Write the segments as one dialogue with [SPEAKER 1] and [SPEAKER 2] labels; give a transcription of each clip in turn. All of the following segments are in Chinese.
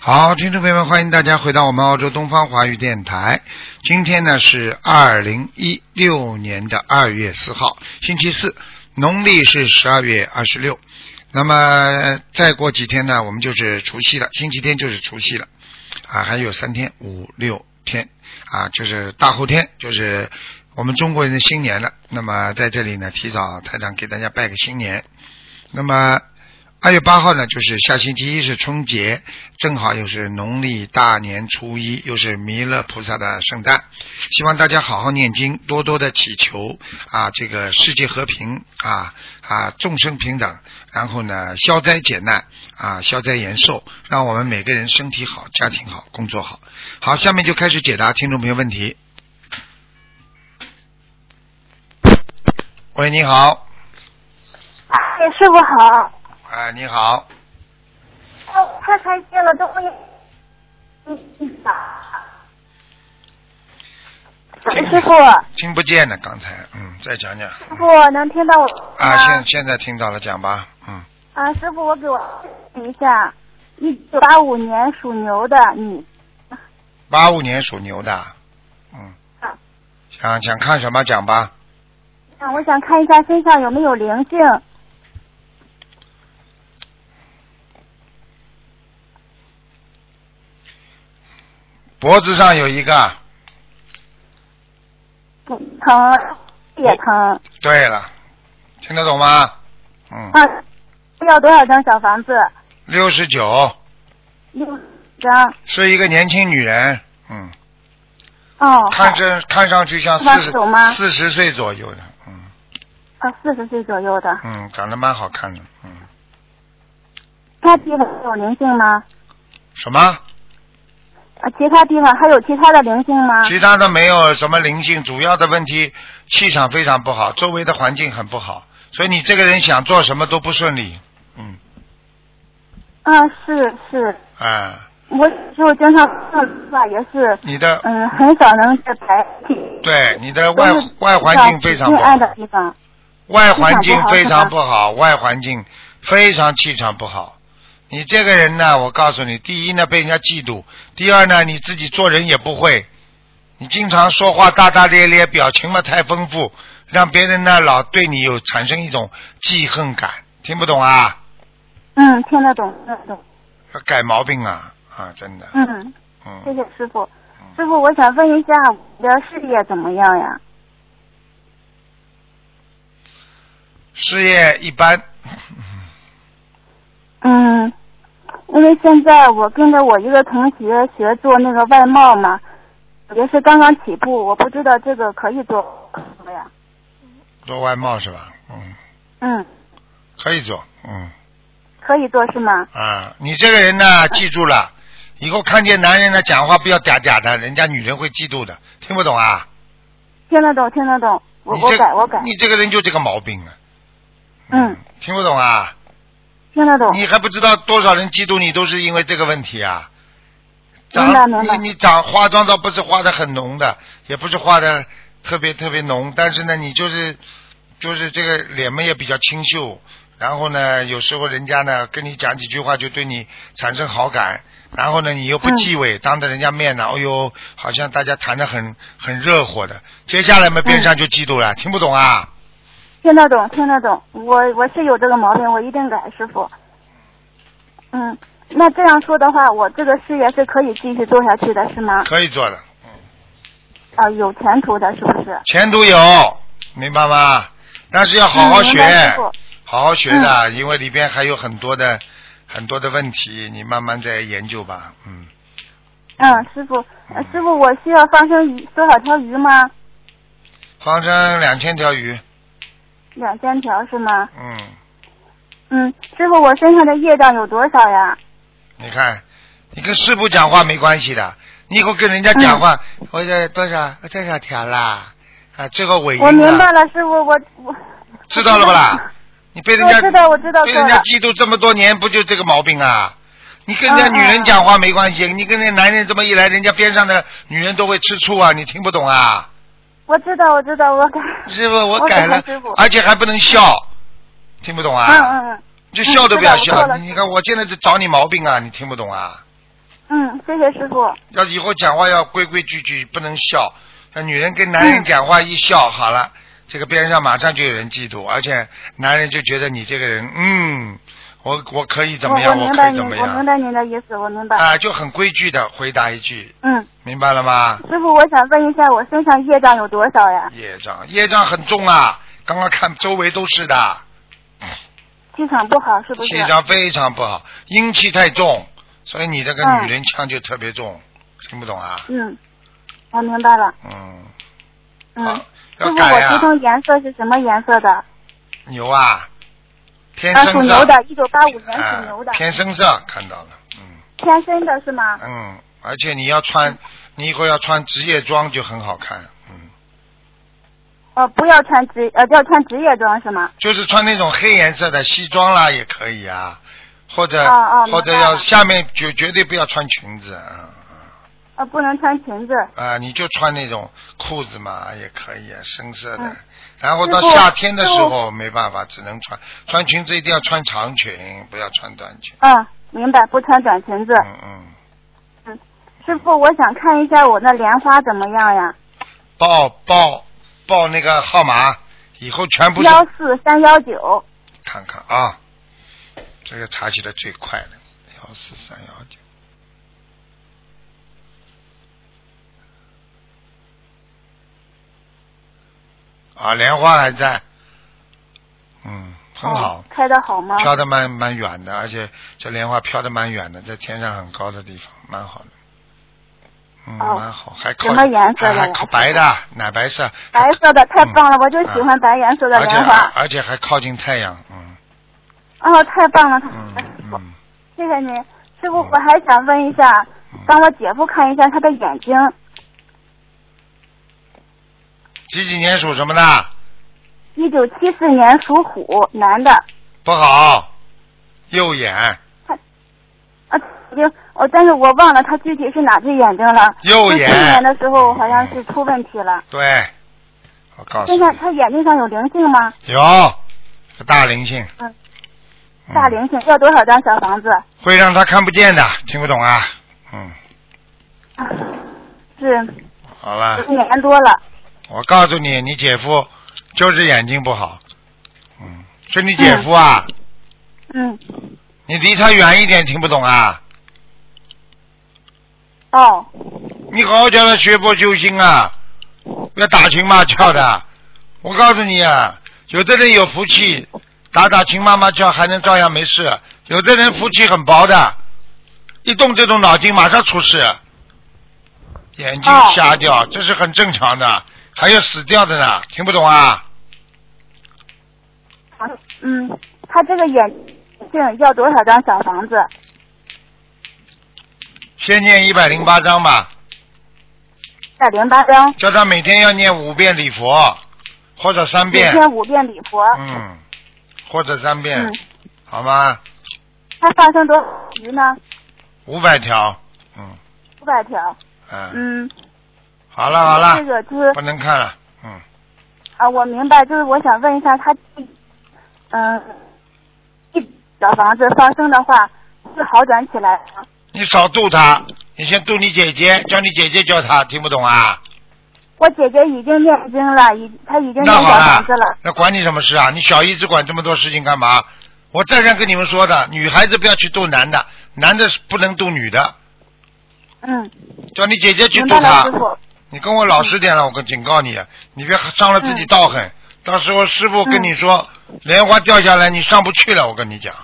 [SPEAKER 1] 好，听众朋友们，欢迎大家回到我们澳洲东方华语电台。今天呢是二零一六年的二月四号，星期四，农历是十二月二十六。那么再过几天呢，我们就是除夕了，星期天就是除夕了啊，还有三天，五六天啊，就是大后天就是我们中国人的新年了。那么在这里呢，提早台长给大家拜个新年。那么二月八号呢，就是下星期一是春节，正好又是农历大年初一，又是弥勒菩萨的圣诞。希望大家好好念经，多多的祈求啊，这个世界和平啊啊，众生平等，然后呢，消灾解难啊，消灾延寿，让我们每个人身体好，家庭好，工作好。好，下面就开始解答听众朋友问题。喂，你好，
[SPEAKER 2] 哎，师傅好，
[SPEAKER 1] 哎，你好。
[SPEAKER 2] 哦，太开心了，终于，嗯嗯啊师傅，
[SPEAKER 1] 听不见呢，刚才，嗯，再讲讲。
[SPEAKER 2] 师傅能听到我
[SPEAKER 1] 啊，
[SPEAKER 2] 吗
[SPEAKER 1] 现？现在听到了，讲吧，嗯，
[SPEAKER 2] 啊，师傅，我给我等一下，一九八五年属牛的女，
[SPEAKER 1] 八五年属牛的，嗯
[SPEAKER 2] 啊，
[SPEAKER 1] 想想看什么讲吧，
[SPEAKER 2] 啊，我想看一下身上有没有灵性。
[SPEAKER 1] 脖子上有一个，
[SPEAKER 2] 疼，也疼。
[SPEAKER 1] 对了，听得懂吗？嗯，
[SPEAKER 2] 啊，要多少张小房子？
[SPEAKER 1] 六十九
[SPEAKER 2] 六张。
[SPEAKER 1] 是一个年轻女人，嗯，
[SPEAKER 2] 哦，
[SPEAKER 1] 看着看上去像四
[SPEAKER 2] 那懂吗
[SPEAKER 1] 十四十岁左右的，嗯
[SPEAKER 2] 啊，四十岁左右的。
[SPEAKER 1] 嗯，长得蛮好看的，嗯，
[SPEAKER 2] 他地方有灵性吗？
[SPEAKER 1] 什么？
[SPEAKER 2] 啊，其他地方还有其他的灵性吗？
[SPEAKER 1] 其他的没有什么灵性，主要的问题气场非常不好，周围的环境很不好，所以你这个人想做什么都不顺利。嗯，
[SPEAKER 2] 啊，是是，
[SPEAKER 1] 啊，
[SPEAKER 2] 我有时候经常上吧，也是，
[SPEAKER 1] 你的
[SPEAKER 2] 嗯，很少能在白天。
[SPEAKER 1] 对你的外
[SPEAKER 2] 都是
[SPEAKER 1] 外环境非常
[SPEAKER 2] 阴
[SPEAKER 1] 不好
[SPEAKER 2] 暗，的地方。
[SPEAKER 1] 外环境非常
[SPEAKER 2] 气场不
[SPEAKER 1] 不好，外环境非常气场不好。你这个人呢，我告诉你，第一呢被人家嫉妒，第二呢你自己做人也不会，你经常说话大大咧咧，表情嘛太丰富，让别人呢老对你有产生一种记恨感，听不懂啊？
[SPEAKER 2] 嗯，听得懂，听得懂。
[SPEAKER 1] 要改毛病啊啊，真的，
[SPEAKER 2] 嗯，谢
[SPEAKER 1] 嗯，
[SPEAKER 2] 谢师傅。师傅，我想问一下，我的事业怎么样呀？
[SPEAKER 1] 事业一般，
[SPEAKER 2] 嗯，因为现在我跟着我一个同学学做那个外贸嘛，也是刚刚起步，我不知道这个可以做什么呀？
[SPEAKER 1] 做外贸是吧？嗯，
[SPEAKER 2] 嗯，
[SPEAKER 1] 可以做，嗯
[SPEAKER 2] 可以做是吗？
[SPEAKER 1] 啊，你这个人
[SPEAKER 2] 嗯
[SPEAKER 1] 呢，记住了，以后看见男人呢讲话不要嗲嗲的，人家女人会嫉妒的，听不懂啊？
[SPEAKER 2] 听得懂，听得懂，我
[SPEAKER 1] 你
[SPEAKER 2] 我
[SPEAKER 1] 这
[SPEAKER 2] 改，我改，
[SPEAKER 1] 你这个人就这个毛病啊，
[SPEAKER 2] 嗯，
[SPEAKER 1] 听不懂啊？
[SPEAKER 2] 听得懂。
[SPEAKER 1] 你还不知道多少人嫉妒你都是因为这个问题啊？
[SPEAKER 2] 明白
[SPEAKER 1] 长
[SPEAKER 2] 明
[SPEAKER 1] 你
[SPEAKER 2] 白
[SPEAKER 1] 你长化妆倒不是化的很浓的，也不是化的特别特别浓，但是呢，你就是就是这个脸嘛也比较清秀，然后呢，有时候人家呢跟你讲几句话就对你产生好感，然后呢你又不
[SPEAKER 2] 嗯
[SPEAKER 1] 忌讳，当着人家面呢，哎呦，好像大家谈的很很热火的，接下
[SPEAKER 2] 嗯
[SPEAKER 1] 来嘛边上就嫉妒了，听不懂啊？
[SPEAKER 2] 听得懂，听得懂。我我是有这个毛病，我一定改，师傅。嗯，那这样说的话，我这个事业是可以继续做下去的，是吗？
[SPEAKER 1] 可以做的，
[SPEAKER 2] 啊、有前途的，是不是？
[SPEAKER 1] 前途有，明白吗？但是要好好
[SPEAKER 2] 嗯明
[SPEAKER 1] 学。
[SPEAKER 2] 白师傅嗯
[SPEAKER 1] 好好学的，因为里边还有很多的很多的问题，你慢慢再研究吧。嗯，
[SPEAKER 2] 嗯，师傅，呃师傅，我需要放生鱼多少条鱼吗？
[SPEAKER 1] 放生两千条鱼，
[SPEAKER 2] 两千条是吗？
[SPEAKER 1] 嗯，
[SPEAKER 2] 嗯，师傅，我身上的业障有多少呀？
[SPEAKER 1] 你看，你跟师傅讲话没关系的，你以后跟人家讲话，
[SPEAKER 2] 嗯
[SPEAKER 1] 我这多少多少条啦，啊，最后尾音
[SPEAKER 2] 我明白
[SPEAKER 1] 了，
[SPEAKER 2] 了，师傅，我我
[SPEAKER 1] 知道了不啦？你被人家
[SPEAKER 2] 我知道我知道
[SPEAKER 1] 被人
[SPEAKER 2] 错
[SPEAKER 1] 家
[SPEAKER 2] 了
[SPEAKER 1] 嫉妒这么多年，不就这个毛病啊？你跟人家
[SPEAKER 2] 嗯
[SPEAKER 1] 女人
[SPEAKER 2] 嗯
[SPEAKER 1] 讲话没关系，你跟那男人这么一来，人家边上的女人都会吃醋啊，你听不懂啊？
[SPEAKER 2] 我知道我知道我改。
[SPEAKER 1] 师傅，我
[SPEAKER 2] 我
[SPEAKER 1] 改了
[SPEAKER 2] 改了师傅，
[SPEAKER 1] 而且还不能笑，听不懂啊？
[SPEAKER 2] 嗯嗯嗯，
[SPEAKER 1] 就笑都不要
[SPEAKER 2] 嗯知道我
[SPEAKER 1] 笑
[SPEAKER 2] 错。了
[SPEAKER 1] 你看，我现在就找你毛病啊，你听不懂啊？
[SPEAKER 2] 嗯，谢谢师傅。
[SPEAKER 1] 要以后讲话要规规矩矩，不能笑。像女人跟
[SPEAKER 2] 嗯
[SPEAKER 1] 男人讲话一笑，好了，这个边上马上就有人嫉妒，而且男人就觉得你这个人，嗯，我我可以怎么样，
[SPEAKER 2] 哦我
[SPEAKER 1] 我
[SPEAKER 2] 明
[SPEAKER 1] 可
[SPEAKER 2] 白
[SPEAKER 1] 以
[SPEAKER 2] 您，
[SPEAKER 1] 怎么
[SPEAKER 2] 我明
[SPEAKER 1] 样，
[SPEAKER 2] 白您的意思，我明白。
[SPEAKER 1] 啊，就很规矩的回答一句，
[SPEAKER 2] 嗯，
[SPEAKER 1] 明白了吗？
[SPEAKER 2] 师傅，我想问一下，我身上业障有多少呀？
[SPEAKER 1] 业障，业障很重啊！刚刚看周围都是的，
[SPEAKER 2] 气场不好是不是
[SPEAKER 1] 气？场非常不好，阴气太重，所以你这个
[SPEAKER 2] 嗯
[SPEAKER 1] 女人腔就特别重，听不懂啊？
[SPEAKER 2] 嗯，我明白了。
[SPEAKER 1] 嗯，
[SPEAKER 2] 嗯，
[SPEAKER 1] 好
[SPEAKER 2] 师
[SPEAKER 1] 要
[SPEAKER 2] 傅，
[SPEAKER 1] 改
[SPEAKER 2] 我
[SPEAKER 1] 啊
[SPEAKER 2] 图，腾颜色是什么颜色的？
[SPEAKER 1] 牛啊，偏
[SPEAKER 2] 啊，属
[SPEAKER 1] 深
[SPEAKER 2] 牛
[SPEAKER 1] 色，
[SPEAKER 2] 的，一九八五年属牛的啊
[SPEAKER 1] 啊，，偏深色，看到了，嗯
[SPEAKER 2] 天生的是吗？
[SPEAKER 1] 嗯，而且你要穿，你以后要穿职业装就很好看，嗯，
[SPEAKER 2] 哦，不要穿职，呃，要穿职业装是吗？
[SPEAKER 1] 就是穿那种黑颜色的西装啦也可以啊，或者、
[SPEAKER 2] 哦哦
[SPEAKER 1] 或者
[SPEAKER 2] 明白
[SPEAKER 1] 要
[SPEAKER 2] 了
[SPEAKER 1] 下面就绝对不要穿裙子啊。嗯
[SPEAKER 2] 呃，不能穿裙子。
[SPEAKER 1] 啊、你就穿那种裤子嘛，也可以啊，深色的。
[SPEAKER 2] 嗯
[SPEAKER 1] 然后到
[SPEAKER 2] 师傅
[SPEAKER 1] 夏天的时
[SPEAKER 2] 师
[SPEAKER 1] 候没办法，只能穿穿裙子，一定要穿长裙，不要穿短裙。
[SPEAKER 2] 嗯，明白，不穿短裙子。
[SPEAKER 1] 嗯嗯，
[SPEAKER 2] 师傅，我想看一下我那莲花怎么样呀？
[SPEAKER 1] 报报报那个号码，以后全部都
[SPEAKER 2] 幺四三幺九。
[SPEAKER 1] 看看啊。这个查起来最快的，幺四三幺九。啊，莲花还在，嗯，很好。
[SPEAKER 2] 哦开的好吗？
[SPEAKER 1] 飘的蛮蛮远的，而且这莲花飘的蛮远的，在天上很高的地方，蛮好的。嗯，
[SPEAKER 2] 哦
[SPEAKER 1] 蛮好，还靠啊
[SPEAKER 2] 什么颜色的
[SPEAKER 1] 还还
[SPEAKER 2] 呀
[SPEAKER 1] 靠白的，奶白色，嗯啊
[SPEAKER 2] 白色的太棒了，我就喜欢白颜色的
[SPEAKER 1] 而且啊
[SPEAKER 2] 莲花。
[SPEAKER 1] 而且还靠近太阳，嗯
[SPEAKER 2] 哦，太棒了，
[SPEAKER 1] 嗯
[SPEAKER 2] 师傅，
[SPEAKER 1] 嗯
[SPEAKER 2] 谢谢您。师傅，我还想问一下，帮
[SPEAKER 1] 嗯。
[SPEAKER 2] 我姐夫看一下他的眼睛，
[SPEAKER 1] 几几年属什么的？
[SPEAKER 2] 一九七四年属虎，男的。
[SPEAKER 1] 不好，右眼，
[SPEAKER 2] 啊，已经我，但是我忘了他具体是哪只眼睛了。
[SPEAKER 1] 右
[SPEAKER 2] 就去年
[SPEAKER 1] 眼，
[SPEAKER 2] 的时候好像是出问题了。
[SPEAKER 1] 对，我告诉
[SPEAKER 2] 现
[SPEAKER 1] 你，
[SPEAKER 2] 在他眼睛上有灵性吗？
[SPEAKER 1] 有个大灵性，
[SPEAKER 2] 嗯
[SPEAKER 1] 嗯
[SPEAKER 2] 大灵性要多少张小房子？
[SPEAKER 1] 会让他看不见的，听不懂啊，嗯，
[SPEAKER 2] 啊是
[SPEAKER 1] 好了。
[SPEAKER 2] 一年多了。
[SPEAKER 1] 我告诉你，你姐夫就是眼睛不好，嗯，是你姐夫啊，
[SPEAKER 2] 嗯，
[SPEAKER 1] 你离他远一点，听不懂啊，
[SPEAKER 2] 哦，
[SPEAKER 1] 你好好教他学佛修心啊，不要打情骂俏的。我告诉你啊，有的人有福气，打打情骂骂俏还能照样没事；有的人福气很薄的，一动这种脑筋马上出事，眼睛
[SPEAKER 2] 哦
[SPEAKER 1] 瞎掉，这是很正常的，还有死掉的呢，听不懂啊？
[SPEAKER 2] 嗯，他这个眼镜要多少张小房子？
[SPEAKER 1] 先念一百零八章吧。
[SPEAKER 2] 一百零八张，
[SPEAKER 1] 叫他每天要念五遍礼佛，或者三
[SPEAKER 2] 每
[SPEAKER 1] 遍，
[SPEAKER 2] 天五遍礼佛。
[SPEAKER 1] 嗯，或者三遍，
[SPEAKER 2] 嗯，
[SPEAKER 1] 好吗？
[SPEAKER 2] 他发生多少鱼呢？
[SPEAKER 1] 五百条，嗯，
[SPEAKER 2] 五百条。
[SPEAKER 1] 嗯，
[SPEAKER 2] 嗯，
[SPEAKER 1] 好了好
[SPEAKER 2] 这
[SPEAKER 1] 了，
[SPEAKER 2] 个就是
[SPEAKER 1] 不能看了，嗯，
[SPEAKER 2] 啊，我明白，就是我想问一下他，嗯，一小房子发生的话会好转起来吗？
[SPEAKER 1] 你少度他，你先度你姐姐，叫你姐姐教他，听不懂啊？
[SPEAKER 2] 我姐姐已经念经了，已她已经念
[SPEAKER 1] 那
[SPEAKER 2] 小
[SPEAKER 1] 好
[SPEAKER 2] 房子了
[SPEAKER 1] 了。，那管你什么事啊？你小姨子管这么多事情干嘛？我再三跟你们说的，女孩子不要去度男的，男的是不能度女的，
[SPEAKER 2] 嗯，
[SPEAKER 1] 叫你姐姐去
[SPEAKER 2] 明
[SPEAKER 1] 度
[SPEAKER 2] 白了，
[SPEAKER 1] 他。
[SPEAKER 2] 师傅。
[SPEAKER 1] 你跟我老实点了，我跟警告你，啊你别伤了自己道
[SPEAKER 2] 嗯
[SPEAKER 1] 行。到时候师傅跟你说，莲花掉下来，你上不去了。我跟你讲，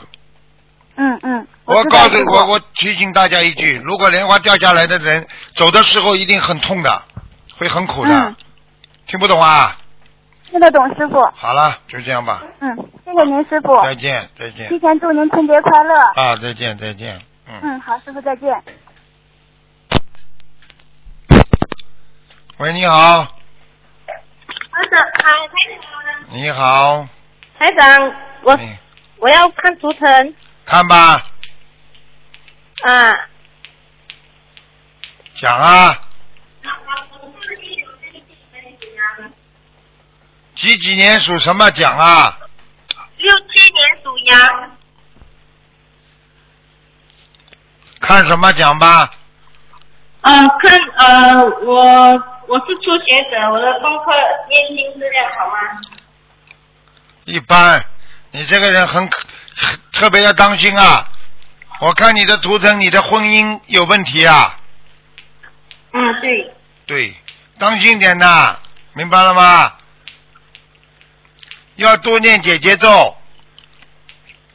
[SPEAKER 2] 嗯嗯，
[SPEAKER 1] 我
[SPEAKER 2] 知道
[SPEAKER 1] 告诉
[SPEAKER 2] 师傅
[SPEAKER 1] 我，我提醒大家一句：如果莲花掉下来的人走的时候一定很痛的，会很苦的。
[SPEAKER 2] 嗯
[SPEAKER 1] 听不懂啊？
[SPEAKER 2] 听得懂师傅。
[SPEAKER 1] 好了，就这样吧，
[SPEAKER 2] 嗯，谢谢您师傅，
[SPEAKER 1] 再见，再见
[SPEAKER 2] 提前祝您春节快乐。
[SPEAKER 1] 啊，再见，再见，嗯。
[SPEAKER 2] 嗯，好，师傅再见。
[SPEAKER 1] 喂，你好，
[SPEAKER 3] 台长，啊，台
[SPEAKER 1] 你好，
[SPEAKER 3] 长，台长，我
[SPEAKER 1] 你
[SPEAKER 3] 我要看图腾
[SPEAKER 1] 看吧，
[SPEAKER 3] 啊。
[SPEAKER 1] 讲啊，几几年属什么？讲啊，
[SPEAKER 3] 六七年属羊，
[SPEAKER 1] 看看什么讲吧？
[SPEAKER 4] 嗯，看呃，我我是初学者，我的功课念经质量好吗？
[SPEAKER 1] 一般，你这个人很可很特别要当心啊！我看你的图腾，你的婚姻有问题啊！
[SPEAKER 4] 嗯，对，
[SPEAKER 1] 对，当心点呐，明白了吗？要多念姐姐咒，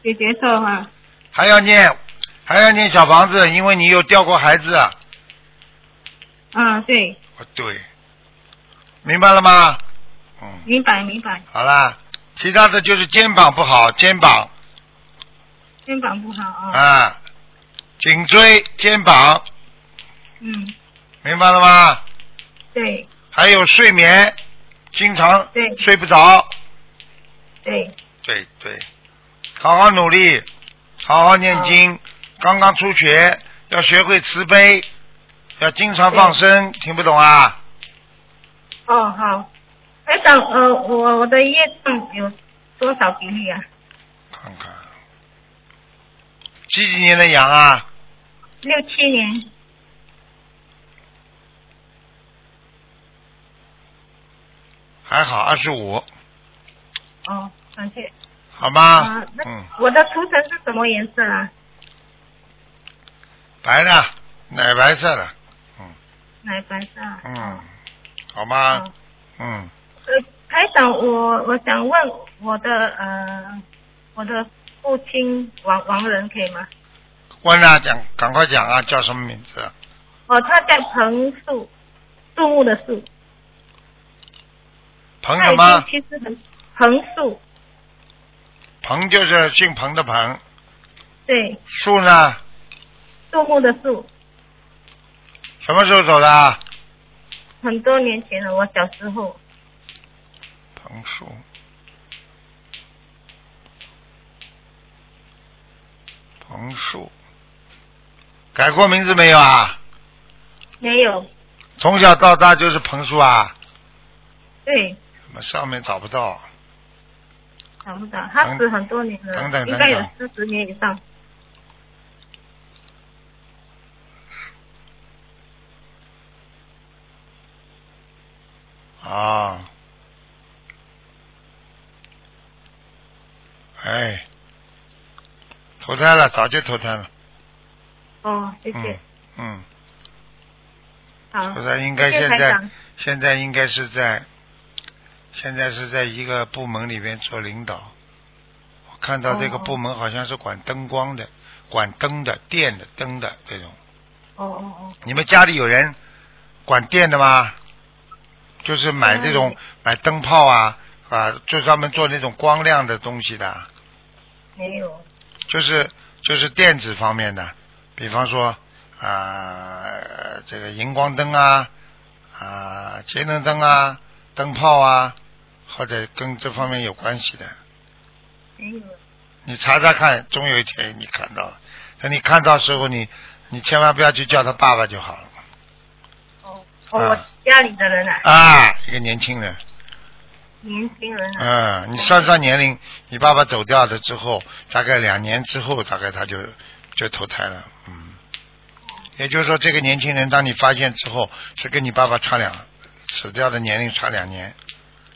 [SPEAKER 4] 姐姐说哈。
[SPEAKER 1] 还要念，还要念小房子，因为你有掉过孩子。
[SPEAKER 4] 嗯，对，
[SPEAKER 1] 哦，对，明白了吗？嗯，
[SPEAKER 4] 明白明白，
[SPEAKER 1] 好啦，其他的就是肩膀不好，肩膀
[SPEAKER 4] 肩膀不好啊、
[SPEAKER 1] 啊，颈椎、肩膀，
[SPEAKER 4] 嗯，
[SPEAKER 1] 明白了吗？
[SPEAKER 4] 对
[SPEAKER 1] 还有睡眠，经常
[SPEAKER 4] 对
[SPEAKER 1] 睡不着，
[SPEAKER 4] 对，
[SPEAKER 1] 对对，好好努力，好好念经，
[SPEAKER 4] 嗯
[SPEAKER 1] 刚刚出学要学会慈悲，要经常放生，听不懂啊？
[SPEAKER 4] 哦好。台长，呃，我我的业障有多少比例啊？
[SPEAKER 1] 看看，几几年的羊啊？
[SPEAKER 4] 六七年，
[SPEAKER 1] 还好，二十五，
[SPEAKER 4] 哦，感谢。
[SPEAKER 1] 好吗
[SPEAKER 4] 啊，？那
[SPEAKER 1] 嗯，
[SPEAKER 4] 我的图层是什么颜色啊？
[SPEAKER 1] 白的，奶白色的，
[SPEAKER 4] 奶白色啊。
[SPEAKER 1] 嗯，好吗
[SPEAKER 4] 哦？
[SPEAKER 1] 嗯，
[SPEAKER 4] 呃，台长，我我想问我的呃，我的父亲王王仁可以吗？
[SPEAKER 1] 问了，讲，赶快讲啊，叫什么名字？
[SPEAKER 4] 哦，他叫彭树，树木的树。
[SPEAKER 1] 彭
[SPEAKER 4] 他
[SPEAKER 1] 什
[SPEAKER 4] 已
[SPEAKER 1] 么
[SPEAKER 4] 经？其实很彭树，
[SPEAKER 1] 彭就是姓彭的彭，
[SPEAKER 4] 对，
[SPEAKER 1] 树呢？
[SPEAKER 4] 树木的树，
[SPEAKER 1] 什么时候走的啊？
[SPEAKER 4] 很多年前了，我小时候。
[SPEAKER 1] 彭树。彭树，改过名字没有啊？
[SPEAKER 4] 没有，
[SPEAKER 1] 从小到大就是彭树啊，
[SPEAKER 4] 对，
[SPEAKER 1] 怎么上面找不到？
[SPEAKER 4] 找不到，他死很多年了，
[SPEAKER 1] 等等等等
[SPEAKER 4] 应该有四十年以上。
[SPEAKER 1] 啊，哎，投胎了，早就投胎了。
[SPEAKER 4] 哦，谢谢，
[SPEAKER 1] 嗯嗯，投
[SPEAKER 4] 好，
[SPEAKER 1] 胎应该
[SPEAKER 4] 谢谢
[SPEAKER 1] 现
[SPEAKER 4] 台
[SPEAKER 1] 在
[SPEAKER 4] 长。
[SPEAKER 1] 现在应该是在现在是在一个部门里边做领导。我看到这个
[SPEAKER 4] 哦
[SPEAKER 1] 部门好像是管灯光的、管灯的、电的、灯的这种。
[SPEAKER 4] 哦哦哦，
[SPEAKER 1] 你们家里有人管电的吗？就是买这种、
[SPEAKER 4] 嗯
[SPEAKER 1] 买灯泡啊啊，就专门做那种光亮的东西的，啊
[SPEAKER 4] 没有，
[SPEAKER 1] 就是就是电子方面的，比方说啊、呃这个荧光灯啊啊、节能灯啊灯泡啊，或者跟这方面有关系的，
[SPEAKER 4] 没有，
[SPEAKER 1] 你查查看，总有一天你看到了。等你看到时候你，你千万不要去叫他爸爸就好了
[SPEAKER 4] 哦，哦，
[SPEAKER 1] 啊
[SPEAKER 4] 我家里的人啊，
[SPEAKER 1] 啊，一个年轻人。
[SPEAKER 4] 年轻人啊，
[SPEAKER 1] 嗯，你算算年龄，你爸爸走掉了之后，大概两年之后，大概他就就投胎了。嗯，也就是说，这个年轻人当你发现之后，是跟你爸爸差两死掉的年龄差两年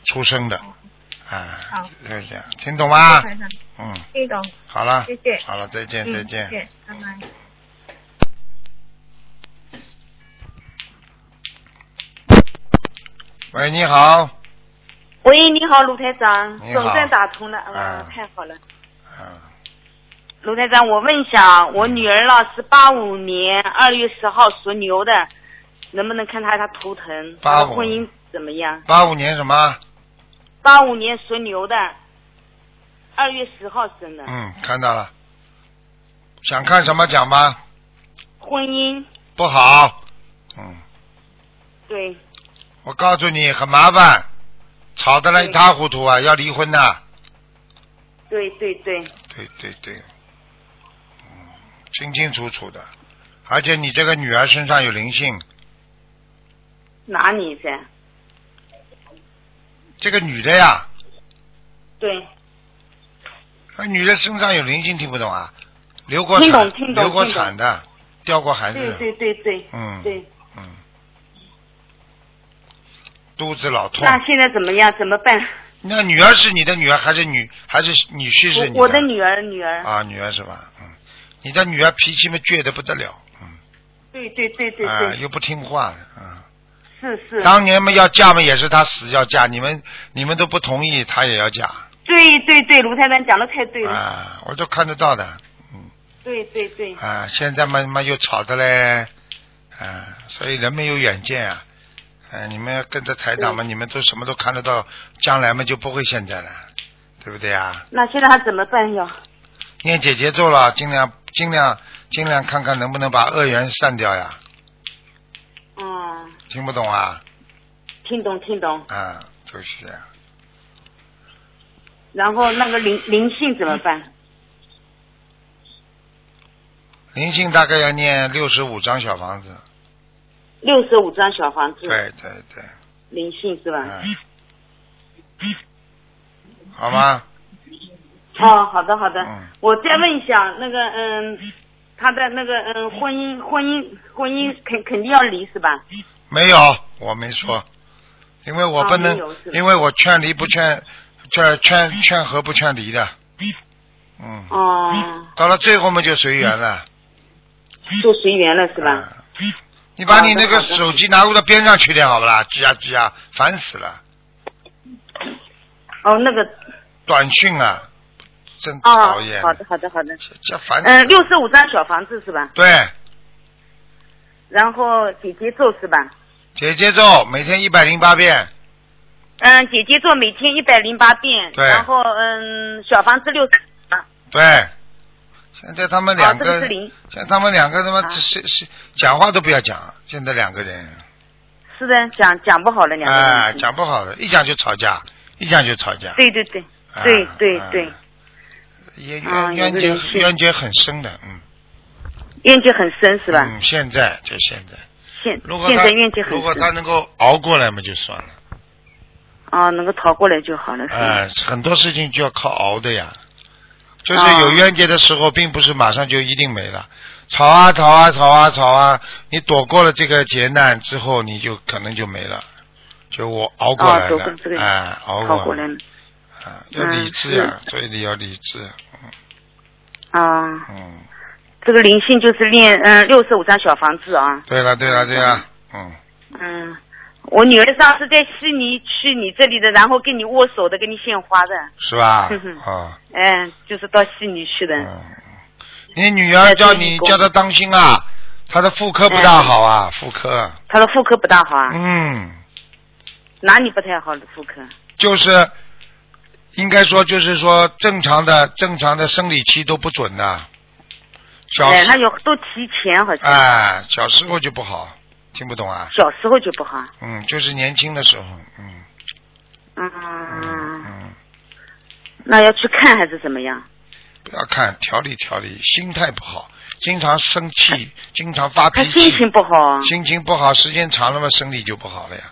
[SPEAKER 1] 出生的。啊
[SPEAKER 4] 好，
[SPEAKER 1] 就是这样，听懂吗
[SPEAKER 4] 谢谢？台长
[SPEAKER 1] 嗯，
[SPEAKER 4] 听懂，
[SPEAKER 1] 好了
[SPEAKER 4] 谢，谢，
[SPEAKER 1] 好了，再见，
[SPEAKER 4] 嗯
[SPEAKER 1] 再见。
[SPEAKER 4] 谢谢，拜拜。
[SPEAKER 1] 喂，你好。
[SPEAKER 5] 喂，你好，卢台长，
[SPEAKER 1] 你好
[SPEAKER 5] 总算打通了，
[SPEAKER 1] 啊
[SPEAKER 5] 啊，太好了。
[SPEAKER 1] 嗯，
[SPEAKER 5] 卢台长，我问一下，我女儿呢是八五年二月十号属牛的，能不能看她她图腾，她的
[SPEAKER 1] 85
[SPEAKER 5] 婚姻怎么样？
[SPEAKER 1] 八五年什么？
[SPEAKER 5] 八五年属牛的，二月十号生的，
[SPEAKER 1] 嗯，看到了。想看什么讲吧？
[SPEAKER 5] 婚姻
[SPEAKER 1] 不好。嗯。
[SPEAKER 5] 对，
[SPEAKER 1] 我告诉你，很麻烦，吵得来一塌糊涂啊，要离婚呐、
[SPEAKER 5] 对对对，
[SPEAKER 1] 对对对，嗯，清清楚楚的。而且你这个女儿身上有灵性，
[SPEAKER 5] 哪里噻？
[SPEAKER 1] 这个女的呀，
[SPEAKER 5] 对，
[SPEAKER 1] 那女的身上有灵性，听不懂啊？流过产，
[SPEAKER 5] 听懂听懂
[SPEAKER 1] 流过产的，掉过孩子，
[SPEAKER 5] 对对对对，
[SPEAKER 1] 嗯
[SPEAKER 5] 对。
[SPEAKER 1] 嗯，肚子老痛。
[SPEAKER 5] 那现在怎么样？怎么办？
[SPEAKER 1] 那女儿是你的女儿还是女还是女婿是你
[SPEAKER 5] 我我的女儿，女儿，
[SPEAKER 1] 啊，女儿是吧？嗯，你的女儿脾气嘛倔得不得了，嗯，
[SPEAKER 5] 对对对对
[SPEAKER 1] 啊、
[SPEAKER 5] 对，
[SPEAKER 1] 又不听话的，啊、
[SPEAKER 5] 是是，
[SPEAKER 1] 当年嘛要嫁嘛也是她死要嫁，你们你们都不同意，她也要嫁，
[SPEAKER 5] 对对对，卢太太讲的太对了，
[SPEAKER 1] 啊，我都看得到的，
[SPEAKER 5] 对对对，
[SPEAKER 1] 啊，现在嘛嘛又吵的嘞，啊，所以人们有远见啊，啊，你们跟着台长嘛，你们都什么都看得到，将来嘛就不会现在了，对不对啊？
[SPEAKER 5] 那现在还怎么办呀？
[SPEAKER 1] 念姐姐咒了，尽量尽量尽量看看能不能把恶缘散掉呀。
[SPEAKER 5] 嗯，
[SPEAKER 1] 听不懂啊？
[SPEAKER 5] 听懂听懂，
[SPEAKER 1] 啊，就是这样。
[SPEAKER 5] 然后那个灵灵性怎么办？
[SPEAKER 1] 灵性大概要念六十五张小房子。
[SPEAKER 5] 六十五张小房子，
[SPEAKER 1] 对对对，
[SPEAKER 5] 灵性是吧？
[SPEAKER 1] 嗯。好吗？
[SPEAKER 5] 哦，好的好的
[SPEAKER 1] 嗯，
[SPEAKER 5] 我再问一下那个嗯，他的那个嗯婚姻婚姻婚姻肯肯定要离是吧？
[SPEAKER 1] 没有，我没说，因为我不
[SPEAKER 5] 啊
[SPEAKER 1] 能
[SPEAKER 5] 没有是，吧
[SPEAKER 1] 因为我劝离不劝，劝劝劝和不劝离的。嗯。
[SPEAKER 5] 哦，
[SPEAKER 1] 到了最后嘛，就随缘了。
[SPEAKER 5] 就随缘了是吧？
[SPEAKER 1] 啊你把你那个
[SPEAKER 5] 好的好的
[SPEAKER 1] 手机拿到边上去点好不啦？急啊急啊，烦死了！
[SPEAKER 5] 哦，那个
[SPEAKER 1] 嗯短讯啊，真
[SPEAKER 5] 哦，
[SPEAKER 1] 讨厌，
[SPEAKER 5] 好的好的好的，
[SPEAKER 1] 这这烦死了。
[SPEAKER 5] 嗯，六十五张小房子是吧？
[SPEAKER 1] 对，
[SPEAKER 5] 然后姐姐咒是吧？
[SPEAKER 1] 姐姐咒每天一百零八遍，
[SPEAKER 5] 嗯，姐姐咒每天一百零八遍，
[SPEAKER 1] 对
[SPEAKER 5] 然后嗯，小房子六十啊，
[SPEAKER 1] 对。现在他们两
[SPEAKER 5] 哦这
[SPEAKER 1] 个，
[SPEAKER 5] 个是零
[SPEAKER 1] 现在他们两个他妈
[SPEAKER 5] 啊
[SPEAKER 1] 是是讲话都不要讲，现在两个人，
[SPEAKER 5] 是的，讲讲不好了两个人
[SPEAKER 1] 哎，讲不好的，一讲就吵架，一讲就吵架。
[SPEAKER 5] 对对对
[SPEAKER 1] 啊
[SPEAKER 5] 对对对，
[SPEAKER 1] 啊也
[SPEAKER 5] 啊
[SPEAKER 1] 冤冤
[SPEAKER 5] 有个
[SPEAKER 1] 结
[SPEAKER 5] 人是
[SPEAKER 1] 冤结很深的，嗯，
[SPEAKER 5] 怨气很深是吧？
[SPEAKER 1] 嗯，现在就现在，
[SPEAKER 5] 现
[SPEAKER 1] 如果
[SPEAKER 5] 现
[SPEAKER 1] 他
[SPEAKER 5] 在怨气很
[SPEAKER 1] 如果他
[SPEAKER 5] 深，
[SPEAKER 1] 能够熬过来嘛，就算了。
[SPEAKER 5] 啊，能够逃过来就好了，是 吧？
[SPEAKER 1] 哎，很多事情就要靠熬的呀。就是
[SPEAKER 5] 啊
[SPEAKER 1] 有冤结的时候，并不是马上就一定没了。吵啊吵啊吵啊吵啊，你躲过了这个劫难之后，你就可能就没了。就我熬过来
[SPEAKER 5] 啊躲
[SPEAKER 1] 了
[SPEAKER 5] 过这，个
[SPEAKER 1] 哎，熬
[SPEAKER 5] 逃过来
[SPEAKER 1] 了
[SPEAKER 5] 了，嗯
[SPEAKER 1] 啊，要理智呀，所以你要理智，
[SPEAKER 5] 啊，
[SPEAKER 1] 嗯，
[SPEAKER 5] 这个灵性就是练嗯六十五张小房子啊，
[SPEAKER 1] 对了对了对了，嗯，
[SPEAKER 5] 嗯，我女儿上次在悉尼去你这里的，然后跟你握手的，给你献花的，
[SPEAKER 1] 是吧
[SPEAKER 5] 哼哼？
[SPEAKER 1] 啊，
[SPEAKER 5] 哎，就是到悉尼去的，
[SPEAKER 1] 嗯，你女儿叫你叫她当心啊，她的妇科不大
[SPEAKER 5] 嗯
[SPEAKER 1] 好啊，妇科，
[SPEAKER 5] 她的妇科不大好啊，
[SPEAKER 1] 嗯。
[SPEAKER 5] 哪里不太好的妇科？
[SPEAKER 1] 就是应该说就是说正常的正常的生理期都不准的，小
[SPEAKER 5] 哎，那
[SPEAKER 1] 时
[SPEAKER 5] 有都提前好像，
[SPEAKER 1] 哎小时候就不好，听不懂啊？
[SPEAKER 5] 小时候就不好。
[SPEAKER 1] 嗯，就是年轻的时候，嗯
[SPEAKER 5] 嗯，
[SPEAKER 1] 嗯嗯，
[SPEAKER 5] 那要去看还是怎么样？
[SPEAKER 1] 不要看调理调理，心态不好，经常生气，经常发
[SPEAKER 5] 她
[SPEAKER 1] 脾气，
[SPEAKER 5] 心情不好啊，
[SPEAKER 1] 心情不好，时间长了嘛，生理就不好了呀。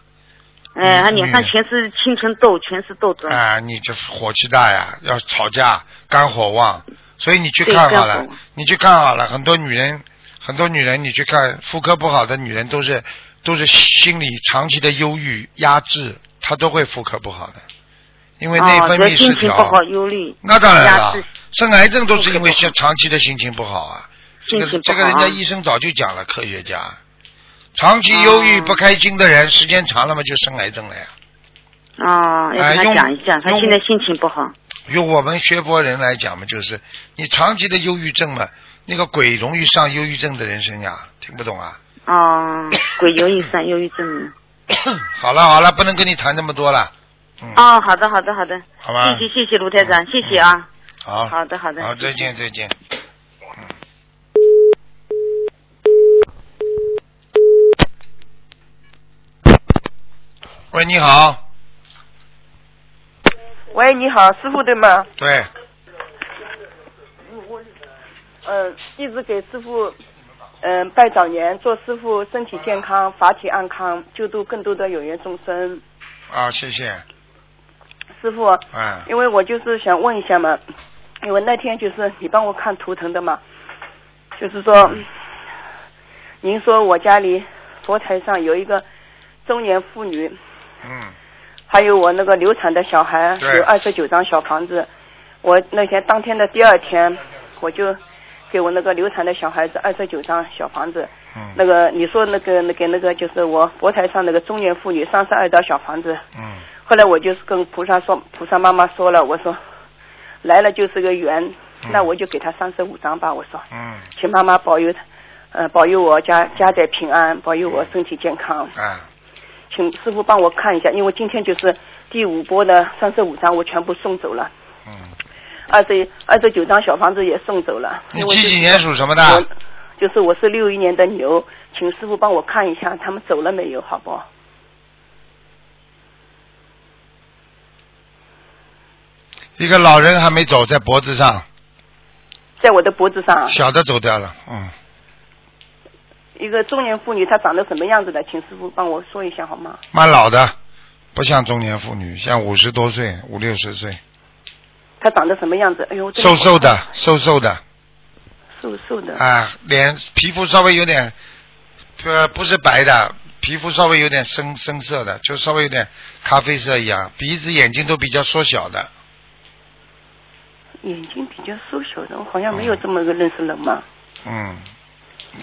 [SPEAKER 5] 哎，她
[SPEAKER 1] 嗯
[SPEAKER 5] 脸上全是青春痘，全是痘痘。
[SPEAKER 1] 啊，你这火气大呀，要吵架，肝火旺，所以你去
[SPEAKER 5] 对
[SPEAKER 1] 看好
[SPEAKER 5] 肝
[SPEAKER 1] 了
[SPEAKER 5] 火旺，
[SPEAKER 1] 你去看好了，很多女人，很多女人，你去看妇科不好的女人都是都是心里长期的忧郁压制，她都会妇科不好的，因为内
[SPEAKER 5] 哦，
[SPEAKER 1] 分
[SPEAKER 5] 主要
[SPEAKER 1] 泌失
[SPEAKER 5] 心情
[SPEAKER 1] 调。
[SPEAKER 5] 不好，忧虑。
[SPEAKER 1] 那当然
[SPEAKER 5] 压
[SPEAKER 1] 了
[SPEAKER 5] 制，
[SPEAKER 1] 生癌症都是因为
[SPEAKER 5] 妇科不好
[SPEAKER 1] 长期的心情不好啊。这个
[SPEAKER 5] 心情不
[SPEAKER 1] 这
[SPEAKER 5] 好啊
[SPEAKER 1] 个人家医生早就讲了，科学家，长期忧郁
[SPEAKER 5] 嗯
[SPEAKER 1] 不开心的人，时间长了嘛就生癌症了呀。
[SPEAKER 5] 哦，要
[SPEAKER 1] 哎
[SPEAKER 5] 跟她
[SPEAKER 1] 用
[SPEAKER 5] 讲一下，她
[SPEAKER 1] 用
[SPEAKER 5] 现在心情不好。
[SPEAKER 1] 用我们学佛人来讲嘛，就是你长期的忧郁症嘛，那个鬼容易上忧郁症的人身呀，听不懂啊？
[SPEAKER 5] 哦，鬼忧郁
[SPEAKER 1] 嗯
[SPEAKER 5] 症，忧郁症。
[SPEAKER 1] 好了好了，不能跟你谈那么多了，嗯，
[SPEAKER 5] 哦，好的，好的，好的。
[SPEAKER 1] 好吧
[SPEAKER 5] 谢谢，谢谢卢台长，谢谢啊。
[SPEAKER 1] 好，
[SPEAKER 5] 好的，好的。
[SPEAKER 1] 好，
[SPEAKER 5] 谢
[SPEAKER 1] 再
[SPEAKER 5] 谢
[SPEAKER 1] 见再见。嗯喂，你好，
[SPEAKER 6] 喂，你好，师傅对吗？
[SPEAKER 1] 对，
[SPEAKER 6] 呃，弟子给师傅，嗯、拜早年，祝师傅身体健康，法体安康，救度更多的有缘众生。
[SPEAKER 1] 啊，谢谢，
[SPEAKER 6] 师傅，啊
[SPEAKER 1] 哎，
[SPEAKER 6] 因为我就是想问一下嘛，因为那天就是你帮我看图腾的嘛，就是说，您说我家里佛台上有一个中年妇女，
[SPEAKER 1] 嗯，
[SPEAKER 6] 还有我那个流产的小孩，
[SPEAKER 1] 对
[SPEAKER 6] 有二十九张小房子。我那天当天的第二天，我就给我那个流产的小孩子二十九张小房子。
[SPEAKER 1] 嗯，
[SPEAKER 6] 那个你说那个那个那个就是我佛台上那个中年妇女三十二张小房子。
[SPEAKER 1] 嗯，
[SPEAKER 6] 后来我就是跟菩萨说，菩萨妈妈说了，我说来了就是个缘，
[SPEAKER 1] 嗯
[SPEAKER 6] 那我就给他三十五张吧，我说，
[SPEAKER 1] 嗯，
[SPEAKER 6] 请妈妈保佑他，呃，保佑我家家宅平安，保佑我身体健康，
[SPEAKER 1] 哎，
[SPEAKER 6] 请师傅帮我看一下，因为今天就是第五波的三十五张我全部送走了，
[SPEAKER 1] 嗯，
[SPEAKER 6] 二十二十九张小房子也送走了，
[SPEAKER 1] 你
[SPEAKER 6] 因为
[SPEAKER 1] 几几年属什么
[SPEAKER 6] 哎我
[SPEAKER 1] 的？
[SPEAKER 6] 就是我是六一年的牛，请师傅帮我看一下他们走了没有，好不好？
[SPEAKER 1] 一个老人还没走，在脖子上，
[SPEAKER 6] 在我的脖子上啊，
[SPEAKER 1] 小的走掉了，嗯，
[SPEAKER 6] 一个中年妇女她长得什么样子的，请师傅帮我说一下好吗？
[SPEAKER 1] 蛮老的，不像中年妇女，像五十多岁、五六十岁，
[SPEAKER 6] 她长得什么样子？哎呦，这个
[SPEAKER 1] 瘦瘦的，瘦瘦的，
[SPEAKER 6] 瘦瘦的，
[SPEAKER 1] 啊，脸皮肤稍微有点，呃，不是白的，皮肤稍微有点深深色的，就稍微有点咖啡色一样，鼻子、眼睛都比较缩小的。
[SPEAKER 6] 眼睛比较瘦小的，我好像没有这么个认识人嘛。
[SPEAKER 1] 嗯，